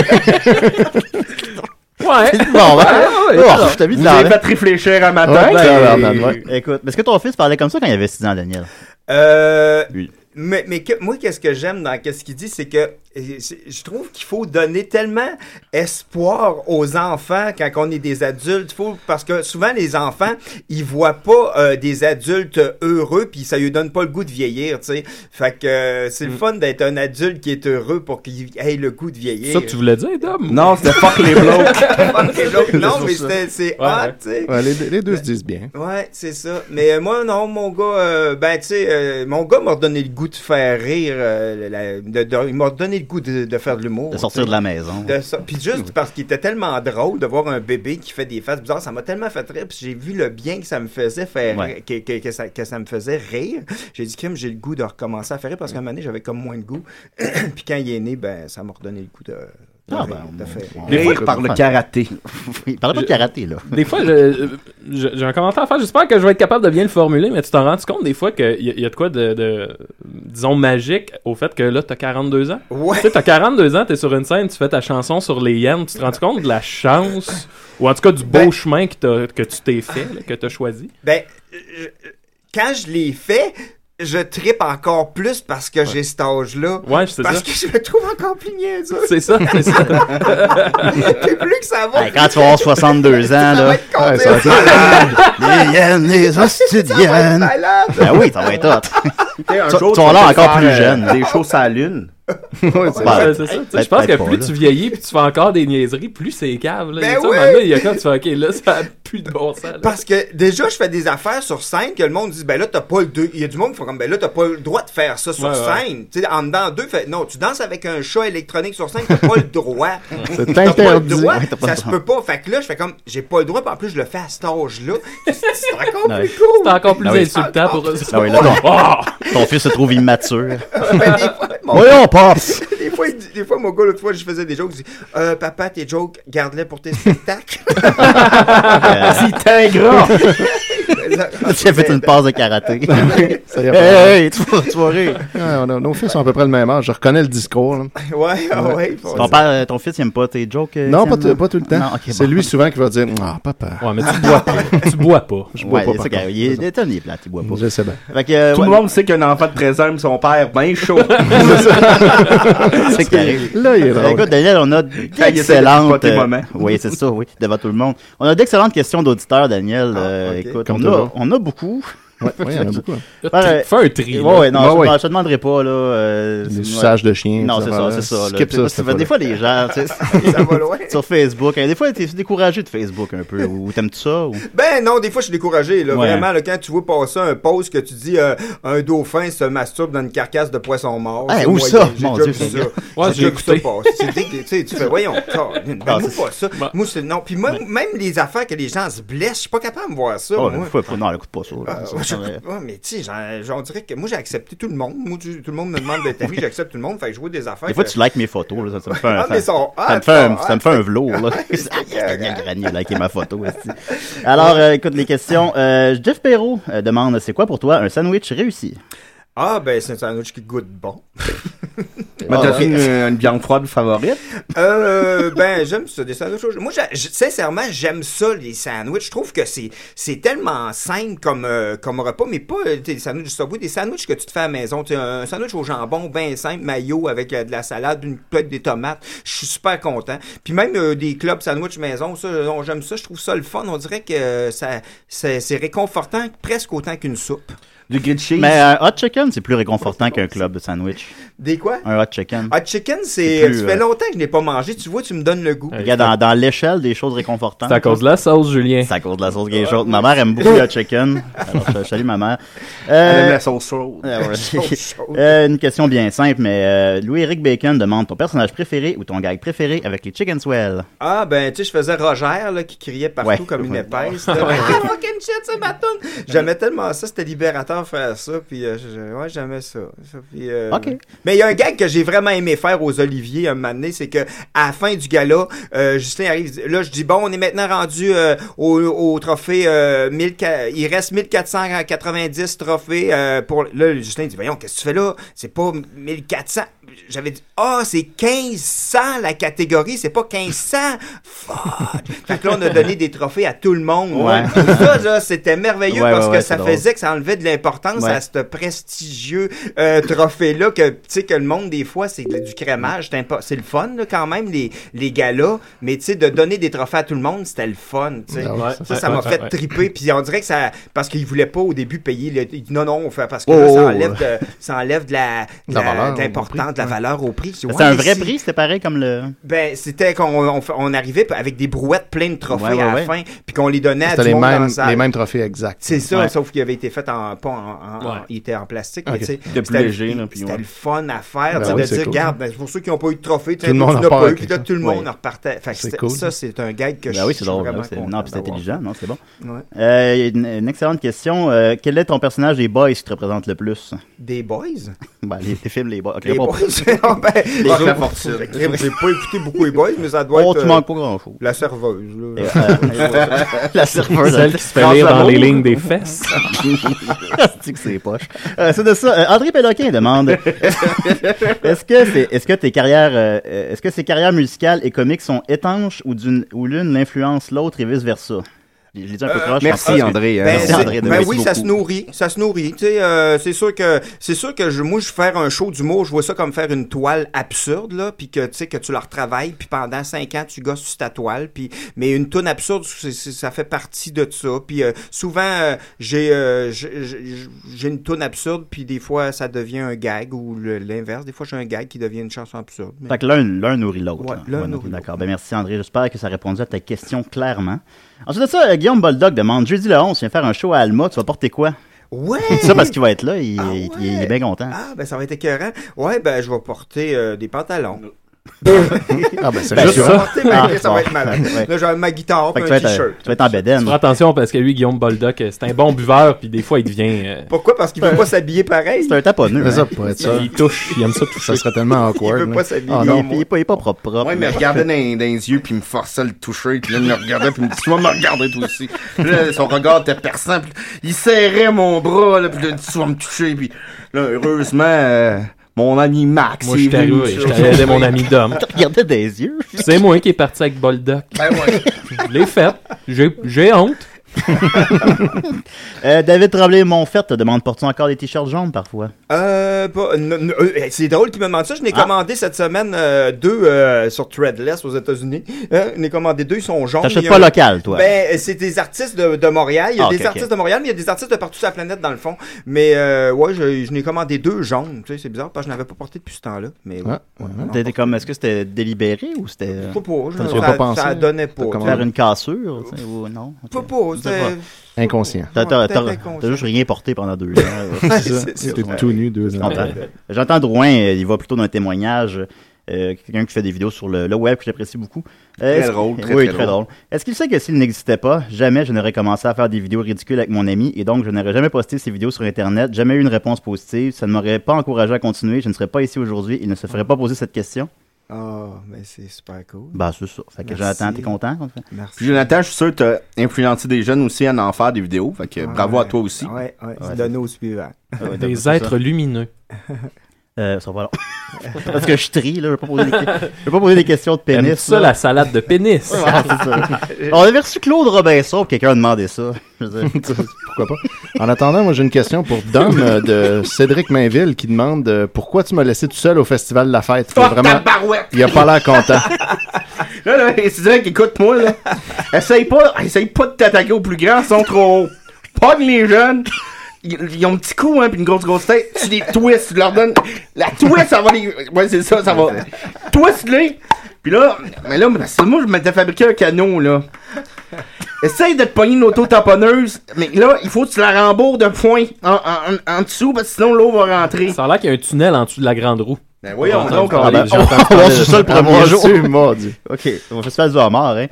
Ouais. Bon, ben, Ouais, ouais, oh, ouais. je t'ai mis de Vous la- avez fait réfléchir à matin. Ouais, et- tabarnak, ouais. Écoute, mais est-ce que ton fils parlait comme ça quand il avait 6 ans, Daniel? Euh, Oui. Mais, mais que- moi, qu'est-ce que j'aime dans ce qu'il dit, c'est que euh, c'est- je trouve qu'il faut donner tellement espoir aux enfants quand on est des adultes. Faut, parce que souvent, les enfants, ils voient pas euh, des adultes heureux, puis ça lui donne pas le goût de vieillir, tu sais. Fait que euh, Mm. c'est le fun d'être un adulte qui est heureux pour qu'il ait le goût de vieillir. C'est ça que tu voulais dire, Dom? Non, c'était fuck les blocs. Fuck les blocs. non, C'est mais ça. c'était- c'est Ouais, hot, ouais. tu sais. Ouais, les, deux- les deux se disent bien. Ouais, c'est ça. Mais euh, moi, non, mon gars, euh, ben, tu sais, euh, mon gars m'a redonné le goût de faire rire. euh, la- de- de- il m'a redonné le goût de, de faire de l'humour. De sortir tu sais. Oh, de la maison. De ça. Puis juste parce qu'il était tellement drôle de voir un bébé qui fait des faces bizarres, ça m'a tellement fait rire. Puis j'ai vu le bien que ça me faisait faire, Ouais. que, que- que ça, que ça me faisait rire. J'ai dit, Kim, j'ai le goût de recommencer à faire rire parce qu'à un moment donné, j'avais comme moins de goût. Puis quand il est né, ben, ça m'a redonné le goût de, de Ah, rire, ben, de faire rire. Des fois, il parle de karaté. Il parlait pas de Je- karaté, là. Des fois, je- je- j'ai un commentaire à faire. J'espère que je vais être capable de bien le formuler, mais tu t'en rends compte des fois qu'il y, a- y a de quoi de, de- disons, magique au fait que là, t'as 42 ans. Ouais. Tu sais, t'as 42 ans, t'es sur une scène, tu fais ta chanson sur les yens, tu te rends compte de la chance, ou en tout cas du beau Ben- chemin que, t'as- que tu t'es fait, là, que t'as choisi. Ben, je- quand je l'ai fait, je tripe encore plus parce que j'ai cet âge-là. Ouais, c'est Parce ça. que je me trouve encore plus niaiseux. C'est ça, c'est ça. Puis plus que ça va. Hey, Ah, quand tu vas avoir 62 ans, là. va Ah, Ouais, être ça va être malade. Les hyènes, les hosties de ça va être hyènes. malade. Ben oui, ça va être hot. un Tu- jour, tu vas vas l'air peut-être encore faire, plus euh, jeune. Des choses à la lune. c'est Ouais, c'est ça. Tu sais, Je pense que plus tu vieillis puis tu fais encore des niaiseries, plus c'est cave. Là. Tu sais, à Ben un oui. moment donné, il y a quand tu fais OK, là, ça a plus de bon sens. là. Parce que déjà, je fais des affaires sur scène que le monde dit, ben là, t'as pas le deux. Il y a du monde qui font comme, ben là, t'as pas le droit de faire ça sur Ouais, ouais. scène. Tu sais, en dedans deux, fait, non, tu danses avec un chat électronique sur scène, t'as pas le droit. C'est T'as pas le interdit. droit. Ouais, t'as pas ça le se droit. peut pas. Fait que là, je fais comme, j'ai pas le droit, puis en plus, je le fais à cet âge-là. C'est encore Ouais. plus cool. C'est encore plus Ah oui. insultant pour eux. Ah oui, là, ton, ton fils se trouve immature. Ben, des fois, mon Voyons, passe! des fois, il dit- des fois, mon gars, l'autre fois, je faisais des jokes, il dit euh, Papa, tes jokes, garde-les pour tes spectacles. Si t'es gras. Euh, Ah, Tu as fait une passe de karaté. Ça y est, hey, hey, tu vas tu vas rire. ouais, on a- nos fils ont à peu près le même âge. Je reconnais le discours. là. Ouais, ah ouais. faut- Ton, père, euh, ton fils, il aime pas tes jokes? euh, Non, pas, Étienne? tout- pas tout le temps. Non, ok, c'est bon. lui souvent qui va dire Ah, papa. Ouais, mais tu bois pas. tu bois pas. Je bois Ouais, pas. c'est par ça, contre. Mmh. il est Étienne, il est plate, il boit pas. Je sais bien. Fait que, euh, Tout le ouais, monde sait qu'un enfant de 13 ans, son père, ben chaud. c'est carré. Là, il est Euh, drôle. Écoute, Daniel, on a essaie de d'excellentes. euh, spotter moi-même. oui, c'est ça, oui, devant tout le monde. On a d'excellentes questions d'auditeurs, Daniel. euh, ok. écoute, Comme on a, toujours. on a beaucoup. Ouais, ouais, il y en a beaucoup. hein. Là, Ouais, tri- ouais. Fais un tri. Ouais, là. ouais, non, Bah je, ouais. je te demanderai pas, là. euh, Les ouais. suçages de chiens. Non, ces c'est ça, affaires-là. c'est ça. là. hein. Skip Tu sais pas ça. si- des fois, les gens, tu sais, ça va loin. sur Facebook, hein, des fois, t'es découragé de Facebook un peu, ou t'aimes-tu ça? Ou... Ben non, des fois, je suis découragé. Là, Ouais. Vraiment, là, quand tu vois passer un post que tu dis euh, un dauphin se masturbe dans une carcasse de poisson mort. Hey, c'est où moyen. ça? J'ai Mon déjà Dieu, vu c'est ça. bien. Ouais, j'ai déjà vu ça écouté. passer. C'est dé- tu sais, tu fais, voyons, ça, ben, Ah, moi, c'est- pas ça. Bah. Moi, c'est non. Puis moi, même les affaires que les gens se blessent, je suis pas capable de voir ça. Oh, moi. faut- faut- non, écoute pas ça. là. Ah, je ça va- Ouais, mais tu sais, j'en- j'en dirais que moi, j'ai accepté tout le monde. Moi, tu- tout le monde me demande d'être ami, j'accepte tout le monde. Fait que je vois des affaires. Des fois, que- tu likes mes photos, là, ça, ça me fait un, Ah, mais ça, son- ça me fait ah, un, ça me fait un velours, là. Ah, Daniel Grenier a liké ma photo, esti. Alors, euh, écoute, les questions. Euh, Jeff Perrault euh, demande, c'est quoi pour toi un sandwich réussi? Ah, ben, c'est un sandwich qui goûte bon. Mais Ah, t'as ouais. une, une viande froide favorite? Euh, ben, j'aime ça, des sandwichs. au- Moi, j'a- j- sincèrement, j'aime ça, les sandwichs. Je trouve que c'est, c'est tellement simple comme, euh, comme repas, mais pas euh, des sandwichs du Subway, des sandwichs que tu te fais à la maison. Tu sais, un sandwich au jambon, ben simple, maillot avec euh, de la salade, une peut des tomates. Je suis super content. Puis même euh, des clubs sandwich maison, ça, on- j'aime ça. Je trouve ça le fun. On dirait que euh, ça, c'est, c'est réconfortant presque autant qu'une soupe. Du grilled cheese? Mais un hot chicken, c'est plus réconfortant qu'un club de sandwich. Des quoi? Un hot chicken. Hot chicken, c'est, C'est plus, ça fait euh, longtemps que je n'ai pas mangé. Tu vois, tu me donnes le goût. Regarde, dans, dans l'échelle des choses réconfortantes. C'est à cause de la sauce, Julien. C'est à cause de la sauce gay chaude. Ma mère aime beaucoup le hot chicken. Alors, je salue ma mère. Euh, Elle aime la sauce chaude. Ah, ouais. Sauce chaude. Euh, une question bien simple, mais euh, Louis-Éric Bacon demande ton personnage préféré ou ton gag préféré avec les Chicken Swell. Ah, ben, tu sais, je faisais Roger, là, qui criait partout Ouais. comme une Ouais. épaisse. là. Ouais. Ah, fucking shit, c'est ma toune! J'aimais tellement ça, c'était libérateur faire ça, puis euh, je- je- ouais, j'aimais ça. ça, puis, euh, Ok. Mais il y a un gag que j'ai vraiment aimé faire aux Olivier un moment donné, c'est que à la fin du gala, euh, Justin arrive, il dit- là, je dis, bon, on est maintenant rendu euh, au, au trophée, euh, 1000 ca- il reste 1490 trophées euh, pour... Là, Justin dit, voyons, qu'est-ce que tu fais là? C'est pas 1400... J'avais dit, ah, c'est 1500 la catégorie, c'est pas 1500. Fuck! fait que là, on a donné des trophées à tout le monde. Ouais. ça, là, c'était merveilleux Ouais, parce ouais, que ouais, ça c'est drôle. faisait que ça enlevait de l'importance Ouais. à ce prestigieux euh, trophée-là que, tu sais, que le monde, des fois, c'est du crémage. C'est impo- C'est le fun, là, quand même, les, les galas. Mais, tu sais, de donner des trophées à tout le monde, c'était le fun, tu sais. Ah ouais, ça, ouais, ça m'a ouais, fait ouais. triper. Puis on dirait que ça... Parce qu'ils voulaient pas, au début, payer le... ils disent, Non, non, on fait... Parce que Oh, là, ça oh, enlève de, ça enlève de la... de La la- valeur de l'importance, de la valeur au prix. C'était Ouais, un mais vrai si- prix, c'était pareil comme le. ben, c'était qu'on on, fa- on arrivait p- avec des brouettes pleines de trophées Ouais, ouais, à la ouais. fin, puis qu'on les donnait à C'était du les monde dans mêmes, la salle. les mêmes trophées exacts. C'est ça, Ouais. sauf qu'il avait été fait en. Pas en, en- Ouais. Il était en plastique. Ok. mais tu sais, C'était plus c'était- léger, là, puis C'était ouais. le fun à Ben faire, tu sais, oui, de c'est dire, cool. regarde, ben, pour ceux qui n'ont pas eu de trophée, tu sais, Tout le toi, monde tu en n'as part pas eu, avec puis là, ça. tout le monde Ouais. en repartait. Fait que C'est c'était- cool. Ça, c'est un gag que Ben je oui, je c'est suis drôle. vraiment là, c'est- content Non, puis c'est d'avoir intelligent, non, c'est bon. Ouais. Euh, une, une excellente question. Euh, quel est ton personnage des boys qui te représente le plus Des boys ben, les, les films, les boys. Ok, Les bon. boys, ah ben, Les ah, jeux j'ai- de fortune. J'ai pas écouté beaucoup les boys, mais ça doit Oh, être. euh, tu manques pas grand-chose. La serveuse, là. Euh, la serveuse. Celle qui se fait lire dans les lignes des fesses. c'est que c'est poche. Euh, c'est de ça. Euh, André Péloquin demande Est-ce que c'est est-ce que tes carrières euh, euh, est-ce que ces carrières musicales et comiques sont étanches ou d'une ou l'une l'influence l'autre et vice versa Je l'ai dit un peu Euh, proche. merci, je pense que- André, hein. Merci, Ben, André. c'est- de- ben merci oui, ça se beaucoup. nourrit, ça se nourrit. Tu sais, euh, c'est sûr que c'est sûr que je, moi je faire un show d'humour, je vois ça comme faire une toile absurde là, puis que tu sais que tu la retravailles, puis pendant cinq ans tu gosses sur ta toile, puis mais une toune absurde, c'est- c'est- ça fait partie de ça. Puis euh, souvent euh, j'ai euh, j'ai- j'ai j'ai une toune absurde, puis des fois ça devient un gag ou le- l'inverse. Des fois j'ai un gag qui devient une chanson absurde. Mais- Fait que l'un, l'un nourrit l'autre. Ouais, là. l'un Ouais, nourrit D'accord. Ben, merci André. J'espère que ça a répondu à ta question clairement. Ensuite de ça, euh, Guillaume Boldoc demande Jeudi le 11, je viens faire un show à Alma. Tu vas porter quoi Ouais. C'est ça parce qu'il va être là. Il, il- il est bien content. Ah ben ça va être écœurant. Ouais ben je vais porter euh, des pantalons. Ah, ben, c'est Ben, rassurant. je vais porter ma- Ah, ça bon. va être malade. Ouais. Là j'aurai ma guitare, Fait puis que un tu vas être, t-shirt. tu vas être en bedaine. Fais attention parce que lui, Guillaume Boldoc, euh, c'est un bon buveur, puis des fois, il devient. euh, Pourquoi Parce qu'il veut pas s'habiller pareil. C'est un hein. taponneux. Mais ça, pour être ça. Il touche, il aime ça toucher. Ça serait tellement awkward. Il veut là. pas s'habiller. Ah, Il, non. est- il est pas, il est pas propre. propre Ouais, mais il me regardait dans, les- dans les yeux, puis il me forçait à le toucher, puis là, il me regardait, puis il me dit, tu vas me regarder toi aussi. Puis là, son regard était perçant, puis il serrait mon bras, là, puis là, il dit, tu vas me toucher, puis là, heureusement, euh, mon ami Max, Moi, il je est venu, t'arrive, ça. je t'arrive mon ami Dom. regardais des yeux. C'est moi qui est parti avec Boldoc. Ben ouais. Je l'ai fait. J'ai- J'ai honte. Euh, David Tremblay Monfert te demande portes-tu encore des t-shirts jaunes parfois Euh, pas- n- n- euh, hey, c'est drôle qu'il me demande ça. Je n'ai Ah. commandé cette semaine euh, deux euh, sur Threadless aux États-Unis. Hein, je n'ai commandé deux, ils sont jaunes. T'achètes Il y a pas un- local, toi? Ben, euh, c'est des artistes de, de Montréal. Il y a Ah, ok, des artistes ok. de Montréal, mais il y a des artistes de partout sur la planète, dans le fond. Mais euh, ouais, je, je n'ai commandé deux jaunes. Tu sais, c'est bizarre parce que je n'avais pas porté depuis ce temps-là. Mais ouais. ouais, non. T'étais comme, est-ce que c'était délibéré ou c'était. euh, Je sais pas, je- t'as- ça- t'as ça donnait pas, T'as tu sais. Faire une cassure, tu sais, ou non? Je sais pas, Je sais c'est- pas. Inconscient. T'as- Ouais, T'as peut-être t'as- inconscient. t'as juste rien porté pendant deux ans. C'est ça. T'es tout nu deux ans. J'entends- J'entends Drouin, euh, il va plutôt dans un témoignage. euh, quelqu'un qui fait des vidéos sur le, le web que j'apprécie beaucoup. Très est-ce- drôle, très, oui, très très drôle. drôle. Est-ce qu'il sait que s'il n'existait pas, jamais je n'aurais commencé à faire des vidéos ridicules avec mon ami et donc je n'aurais jamais posté ces vidéos sur Internet, jamais eu une réponse positive, ça ne m'aurait pas encouragé à continuer, je ne serais pas ici aujourd'hui, il ne se ferait pas poser cette question? Ah, mais c'est super cool. Bah, c'est ça. Fait que Merci. Jonathan, t'es content? comme ça? Merci. Puis Jonathan, je suis sûr que tu as influencé des jeunes aussi à en faire des vidéos. Fait que bravo à toi aussi. Ouais, ouais. Donne au suivant. Ah Des êtres lumineux. Euh, ça va long. Parce que je trie, là, je vais pas poser des, je vais pas poser des questions de pénis. Aimes-tu ça, là. la salade de pénis? Ouais, c'est ça. On avait reçu Claude Robinson, puis quelqu'un a demandé ça. Je veux dire, Pourquoi pas? En attendant, moi, j'ai une question pour Dom euh, de Cédric Mainville qui demande euh, Pourquoi tu m'as laissé tout seul au Festival de la Fête? Il a Fuck tabarouette! Il a pas l'air content. Là, là, c'est direct, écoute-moi, là. Essaye pas, essaye pas de t'attaquer aux plus grands, ils sont trop hauts. Pogne les jeunes. Ils, ils ont un petit cou, hein, puis une grosse, grosse tête. Tu les twists, tu leur donnes. La twist, ça va les. Ouais, c'est ça, ça va. Twist-les. Puis là, mais là, mais c'est moi, je m'étais fabriqué un canot, là. Essaye de te pogner une auto-tamponneuse, mais là, il faut que tu la rembourses de point en, en- en- en dessous, parce que sinon l'eau va rentrer. Ça a l'air qu'il y a un tunnel en dessous de la grande roue. Ben Ah, voyons J'entends ah, donc, parler, on- j'ai on- entendu on va parler. sur ça le premier jour. Sûr, mon Dieu. OK, on va se faire du homard, hein.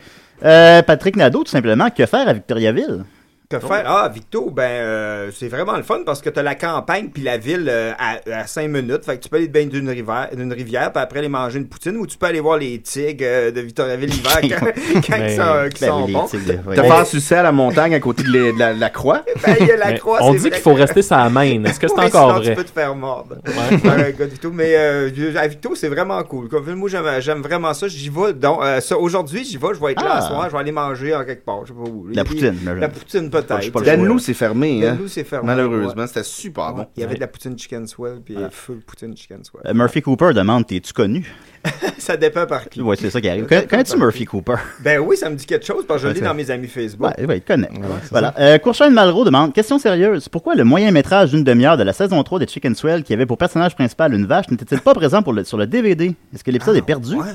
Euh, Patrick Nadeau, tout simplement, que faire à Victoriaville? Que faire? Ah, Victo, ben, euh, c'est vraiment le fun parce que t'as la campagne puis la ville euh, à, à 5 minutes. Fait que tu peux aller te baigner d'une rivière, d'une rivière puis après aller manger une poutine ou tu peux aller voir les tigres euh, de Victoriaville l'hiver quand, quand Mais- ils sont, qu'ils Ben sont oui, bons. les tigres, oui. Te faire sucer à la montagne à côté de, les- de la, de la croix. Ben, il y a la Mais croix, on c'est dit vrai. qu'il faut rester sa main. Est-ce que c'est Oui, encore sinon, vrai? tu peux te faire mordre. Par un gars de Victo. Mais euh, à Victo, c'est vraiment cool. Comme film, moi, j'aime, j'aime vraiment ça. J'y vais. Donc, euh, ça, aujourd'hui, j'y vais. Je vais être là Ah. ce soir. Je vais aller manger en quelque part. Je sais pas où. La Il- poutine, La j'imagine. poutine, Je peut-être. suis pas le Dan choix, Lou, là. c'est fermé, hein. Nous, c'est fermé. Malheureusement, Ouais. c'était super Ouais, bon. Il y avait de la poutine chicken swell puis full poutine chicken swell. Euh, Murphy Cooper demande, t'es-tu connu? ça dépend par qui. Ouais, c'est ça qui arrive. Conna- Connais-tu Murphy Cooper? Ben oui, ça me dit quelque chose parce que je Ouais, l'ai c'est- dans mes amis Facebook. Ouais, ouais, il connaît. voilà. Euh, Courchaine Malraux demande Question sérieuse. Pourquoi le moyen métrage d'une demi-heure de la saison 3 de Chicken Swell, qui avait pour personnage principal une vache, n'était-il pas présent pour le- sur le DVD Est-ce que l'épisode est perdu Ah, Ouais.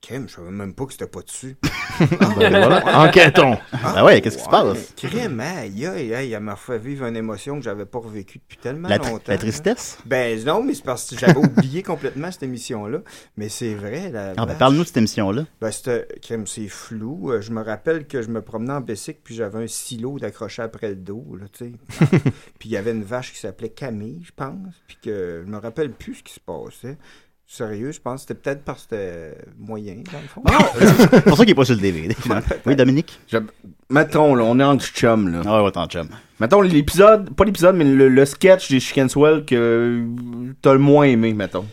Kim, je savais même pas que c'était pas dessus. Enquêtons. Ah Ben, ouais, qu'est-ce qui se passe Kim, aïe, aïe, aïe, elle m'a refait vivre une émotion que j'avais pas revécue depuis tellement la, tr- longtemps. la tristesse Ben non, mais c'est parce que j'avais oublié complètement cette émission-là. Mais c'est vrai. La Ah, ben, vache. parle-nous de cette émission-là. Ben, c'était, crème, c'est flou. Euh, Je me rappelle que je me promenais en Bessic, puis j'avais un silo d'accrocher après le dos, là, tu sais. puis il y avait une vache qui s'appelait Camille, je pense, puis que je me rappelle plus ce qui se passait. Sérieux, je pense que c'était peut-être parce que c'était moyen, dans le fond. c'est pour ça qu'il est pas sur le DVD. finalement. Oui, Dominique Je- Mettons, là, on est en chum, là. Ah ouais, t'en chum. Mettons, l'épisode, pas l'épisode, mais le, le sketch des Chickenswell que euh, t'as le moins aimé, mettons.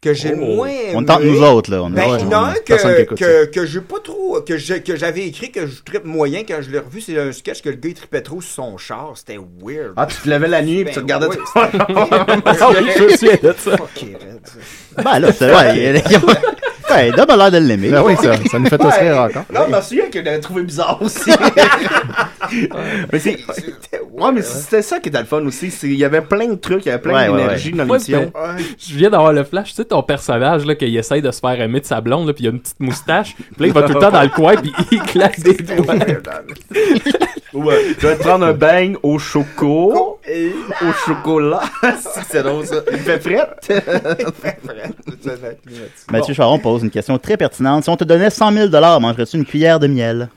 Que j'ai le Oh. moins On aimé. tente nous autres, là. On Eh Ben, ouais, il y en a un personne qui que, écoute que, que j'ai pas trop. que j'ai- que j'avais écrit, que je trippe moyen quand je l'ai revu. C'est un sketch que le gars il trippait trop sur son char. C'était weird. Ah, tu te levais la nuit et tu Ben regardais. oui, ton- Ah oui, je me souviens de ça. Fucking raide, ça. Ben, là, c'est vrai. Ouais, Dom a l'air de l'aimer. Ben oui, ça, ça nous fait tous rire encore. Non, je me souviens que je l'avais trouvé bizarre aussi. mais c'est. c'est- Ouais, mais c'était ça qui était le fun aussi. c'est- Il y avait plein de trucs, il y avait plein Ouais, ouais, d'énergie dans Moi, l'émission. ben, je viens d'avoir le flash, tu sais, ton personnage, là, qu'il essaye de se faire aimer de sa blonde, là, puis il a une petite moustache, puis là, il va tout le temps dans le coin, puis il claque des doigts. Ouais. Je vais te prendre un bain au choco. Au chocolat. c'est drôle ça. Il fait frette. Bref, ça va être mieux. Mathieu Charon pose une question très pertinente. Si on te donnait 100 000 mangerais-tu une cuillère de miel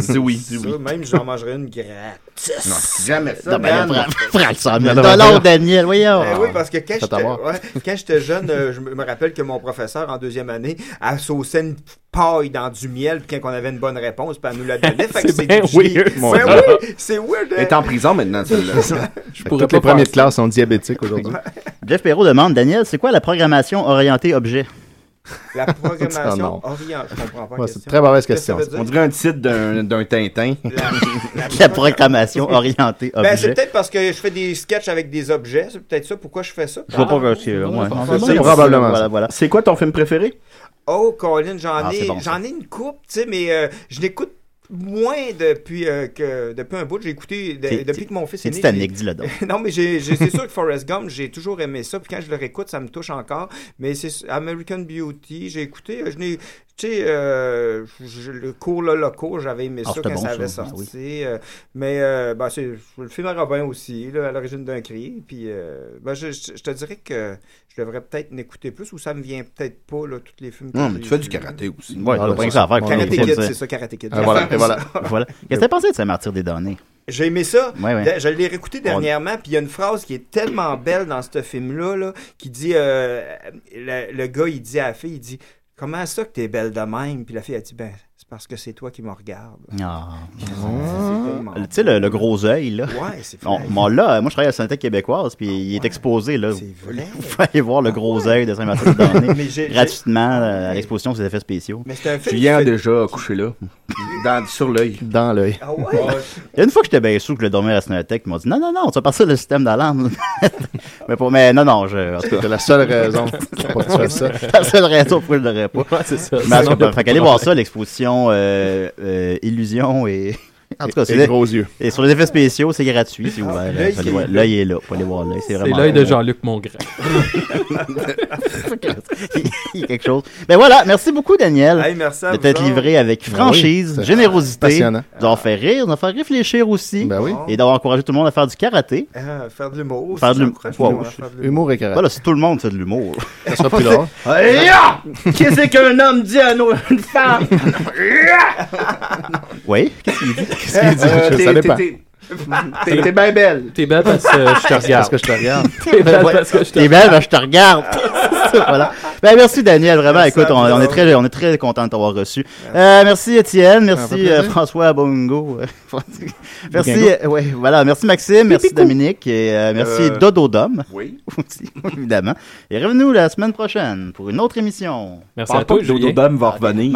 C'est oui, c'est Ça, oui. même j'en mangerais une gratte. Non, c'est jamais ça. Non, ben, Dan. là, fra- fra- le 100 000 dollars, Daniel, voyons. Ben oui, parce que quand j'étais t'avoir. ouais, quand j'étais jeune, euh, je me me rappelle que mon professeur en deuxième année a saucé une paille dans du miel puis quand on avait une bonne réponse, puis elle nous la donnait. Fait que C'est bien du- weird, C'est mon oui, c'est weird. Elle est hein. en prison maintenant, celle-là. Je Toutes pourrais les pas premiers de penser. classe sont diabétiques aujourd'hui. ben- Jeff Perrault demande, Daniel, c'est quoi la programmation orientée objet? La programmation non. orientée. Je comprends pas. la Ouais, c'est une question. très mauvaise Qu'est-ce que ça question. veut On dire? dirait un titre d'un d'un Tintin. La- la- La programmation orientée Ben, c'est objet. peut-être parce que je fais des sketchs avec des objets. C'est peut-être ça pourquoi je fais ça. Je vois pas que c'est... ouais. c'est Voilà, probablement Voilà, ça. voilà. C'est quoi ton film préféré? Oh, Colin, j'en Ah, c'est ai, bon, ça. j'en ai une coupe, tu sais, mais euh, je n'écoute moins depuis euh, que depuis un bout. J'ai écouté de- C'est- depuis que mon fils C'est est né. Titanic, dis-le donc. j'ai- Non, mais j'ai, j'ai- c'est sûr que Forrest Gump, j'ai toujours aimé ça. Puis quand je le réécoute, ça me touche encore. Mais c'est American Beauty, j'ai écouté. euh, Je n'ai, tu sais, euh, je- je- le cours là, locaux, j'avais aimé Ah, ça c'était quand bon, ça avait ça. Ah, sorti. euh, mais euh, ben, c'est le film à Robin aussi, là, à l'origine d'un cri. Puis euh, ben, je, je- je te dirais que je devrais peut-être n'écouter plus ou ça me vient peut-être pas, là, tous les films. que Non, mais j'ai tu fais vus. du karaté aussi. Ouais, Ah, t'as ben, pas rien que ça, ça à faire. c'est- comme Karate on dit. Kid, c'est ça, Karate Kid. Ah, voilà, Ça. et voilà. voilà. Qu'est-ce que t'as pensé de Saint-Martyr des données? J'ai aimé ça. Ouais, ouais. Da- Je l'ai réécouté On- dernièrement, puis il y a une phrase qui est tellement belle dans ce film-là, là, qui dit euh, le, le gars, il dit à la fille, il dit Comment ça que t'es belle de même Puis la fille, a dit Ben, c'est parce que c'est toi qui me regardes. Ah. tellement Tu sais, le, le gros œil, là. Ouais, c'est On- bon, là, moi, je travaille à la Synthèque québécoise, puis il est exposé, là. C'est vrai. Vous aller voir le gros œil de Saint-Martin de Mais j'ai- gratuitement euh, à l'exposition des effets spéciaux. Mais c'est un film Julien a déjà couché là. Dans- sur l'œil. Dans l'œil. Ah ouais? Il y a une fois que j'étais bien sous que le dormir à la Synthèque, ils m'ont dit non, non, non, on va passer le système d'alarme. mais, pour, mais non, non, je. en tout cas- C'est la seule raison pour que tu fasses ça. la seule raison pour laquelle je l'aurais pas. c'est ça. Mais en tout cas, Sinon, il y a fait pas qu'allez de voir problème. ça, l'exposition euh, euh, Illusion et. En tout cas, Et gros yeux. Et sur les effets spéciaux, c'est gratuit, c'est ouvert. l'œil Fallait qui est voir- là. L'œil est là. Faut aller voir l'œil. C'est C'est vraiment. l'œil de bon. Jean-Luc Mongrain. Il y a quelque chose. Mais voilà, merci beaucoup, Daniel. Hey, merci à de vous t'être autres. livré avec Ben franchise, oui, c'est générosité, passionnant. d'avoir fait rire, d'avoir fait réfléchir aussi, Ben. et d'avoir encouragé tout le monde à faire du karaté. Ah, faire de l'humour. Faire ça de encourage l'humour. tout le monde à faire de l'humour. et karaté. Voilà, si tout le monde fait de l'humour. Ça sera plus drôle. Hey, ah! ya! Qu'est-ce qu'un homme dit à une femme? oui? Qu'est-ce qu'il dit? Qu'est-ce Euh, qu'il dit? Je- Euh, ça dépend. T'es t'es bien belle. T'es belle parce que je te regarde. Parce que je te regarde. T'es belle parce que je te T'es belle, ben, je te regarde. C'est ça, voilà. Ben, merci Daniel, vraiment. Merci Écoute, à on, vous on est autres. très, on est très content de t'avoir reçu. Euh, merci Étienne, Ça me merci fait euh, plaisir. François Bongo. merci, Bouquingo. euh, ouais, voilà, merci Maxime, merci Dominique et euh, merci Euh, Dodo Dom. Oui. Aussi, évidemment. Et revenez-nous la semaine prochaine pour une autre émission. Ah, Parle pas que Dodo Dame va revenir.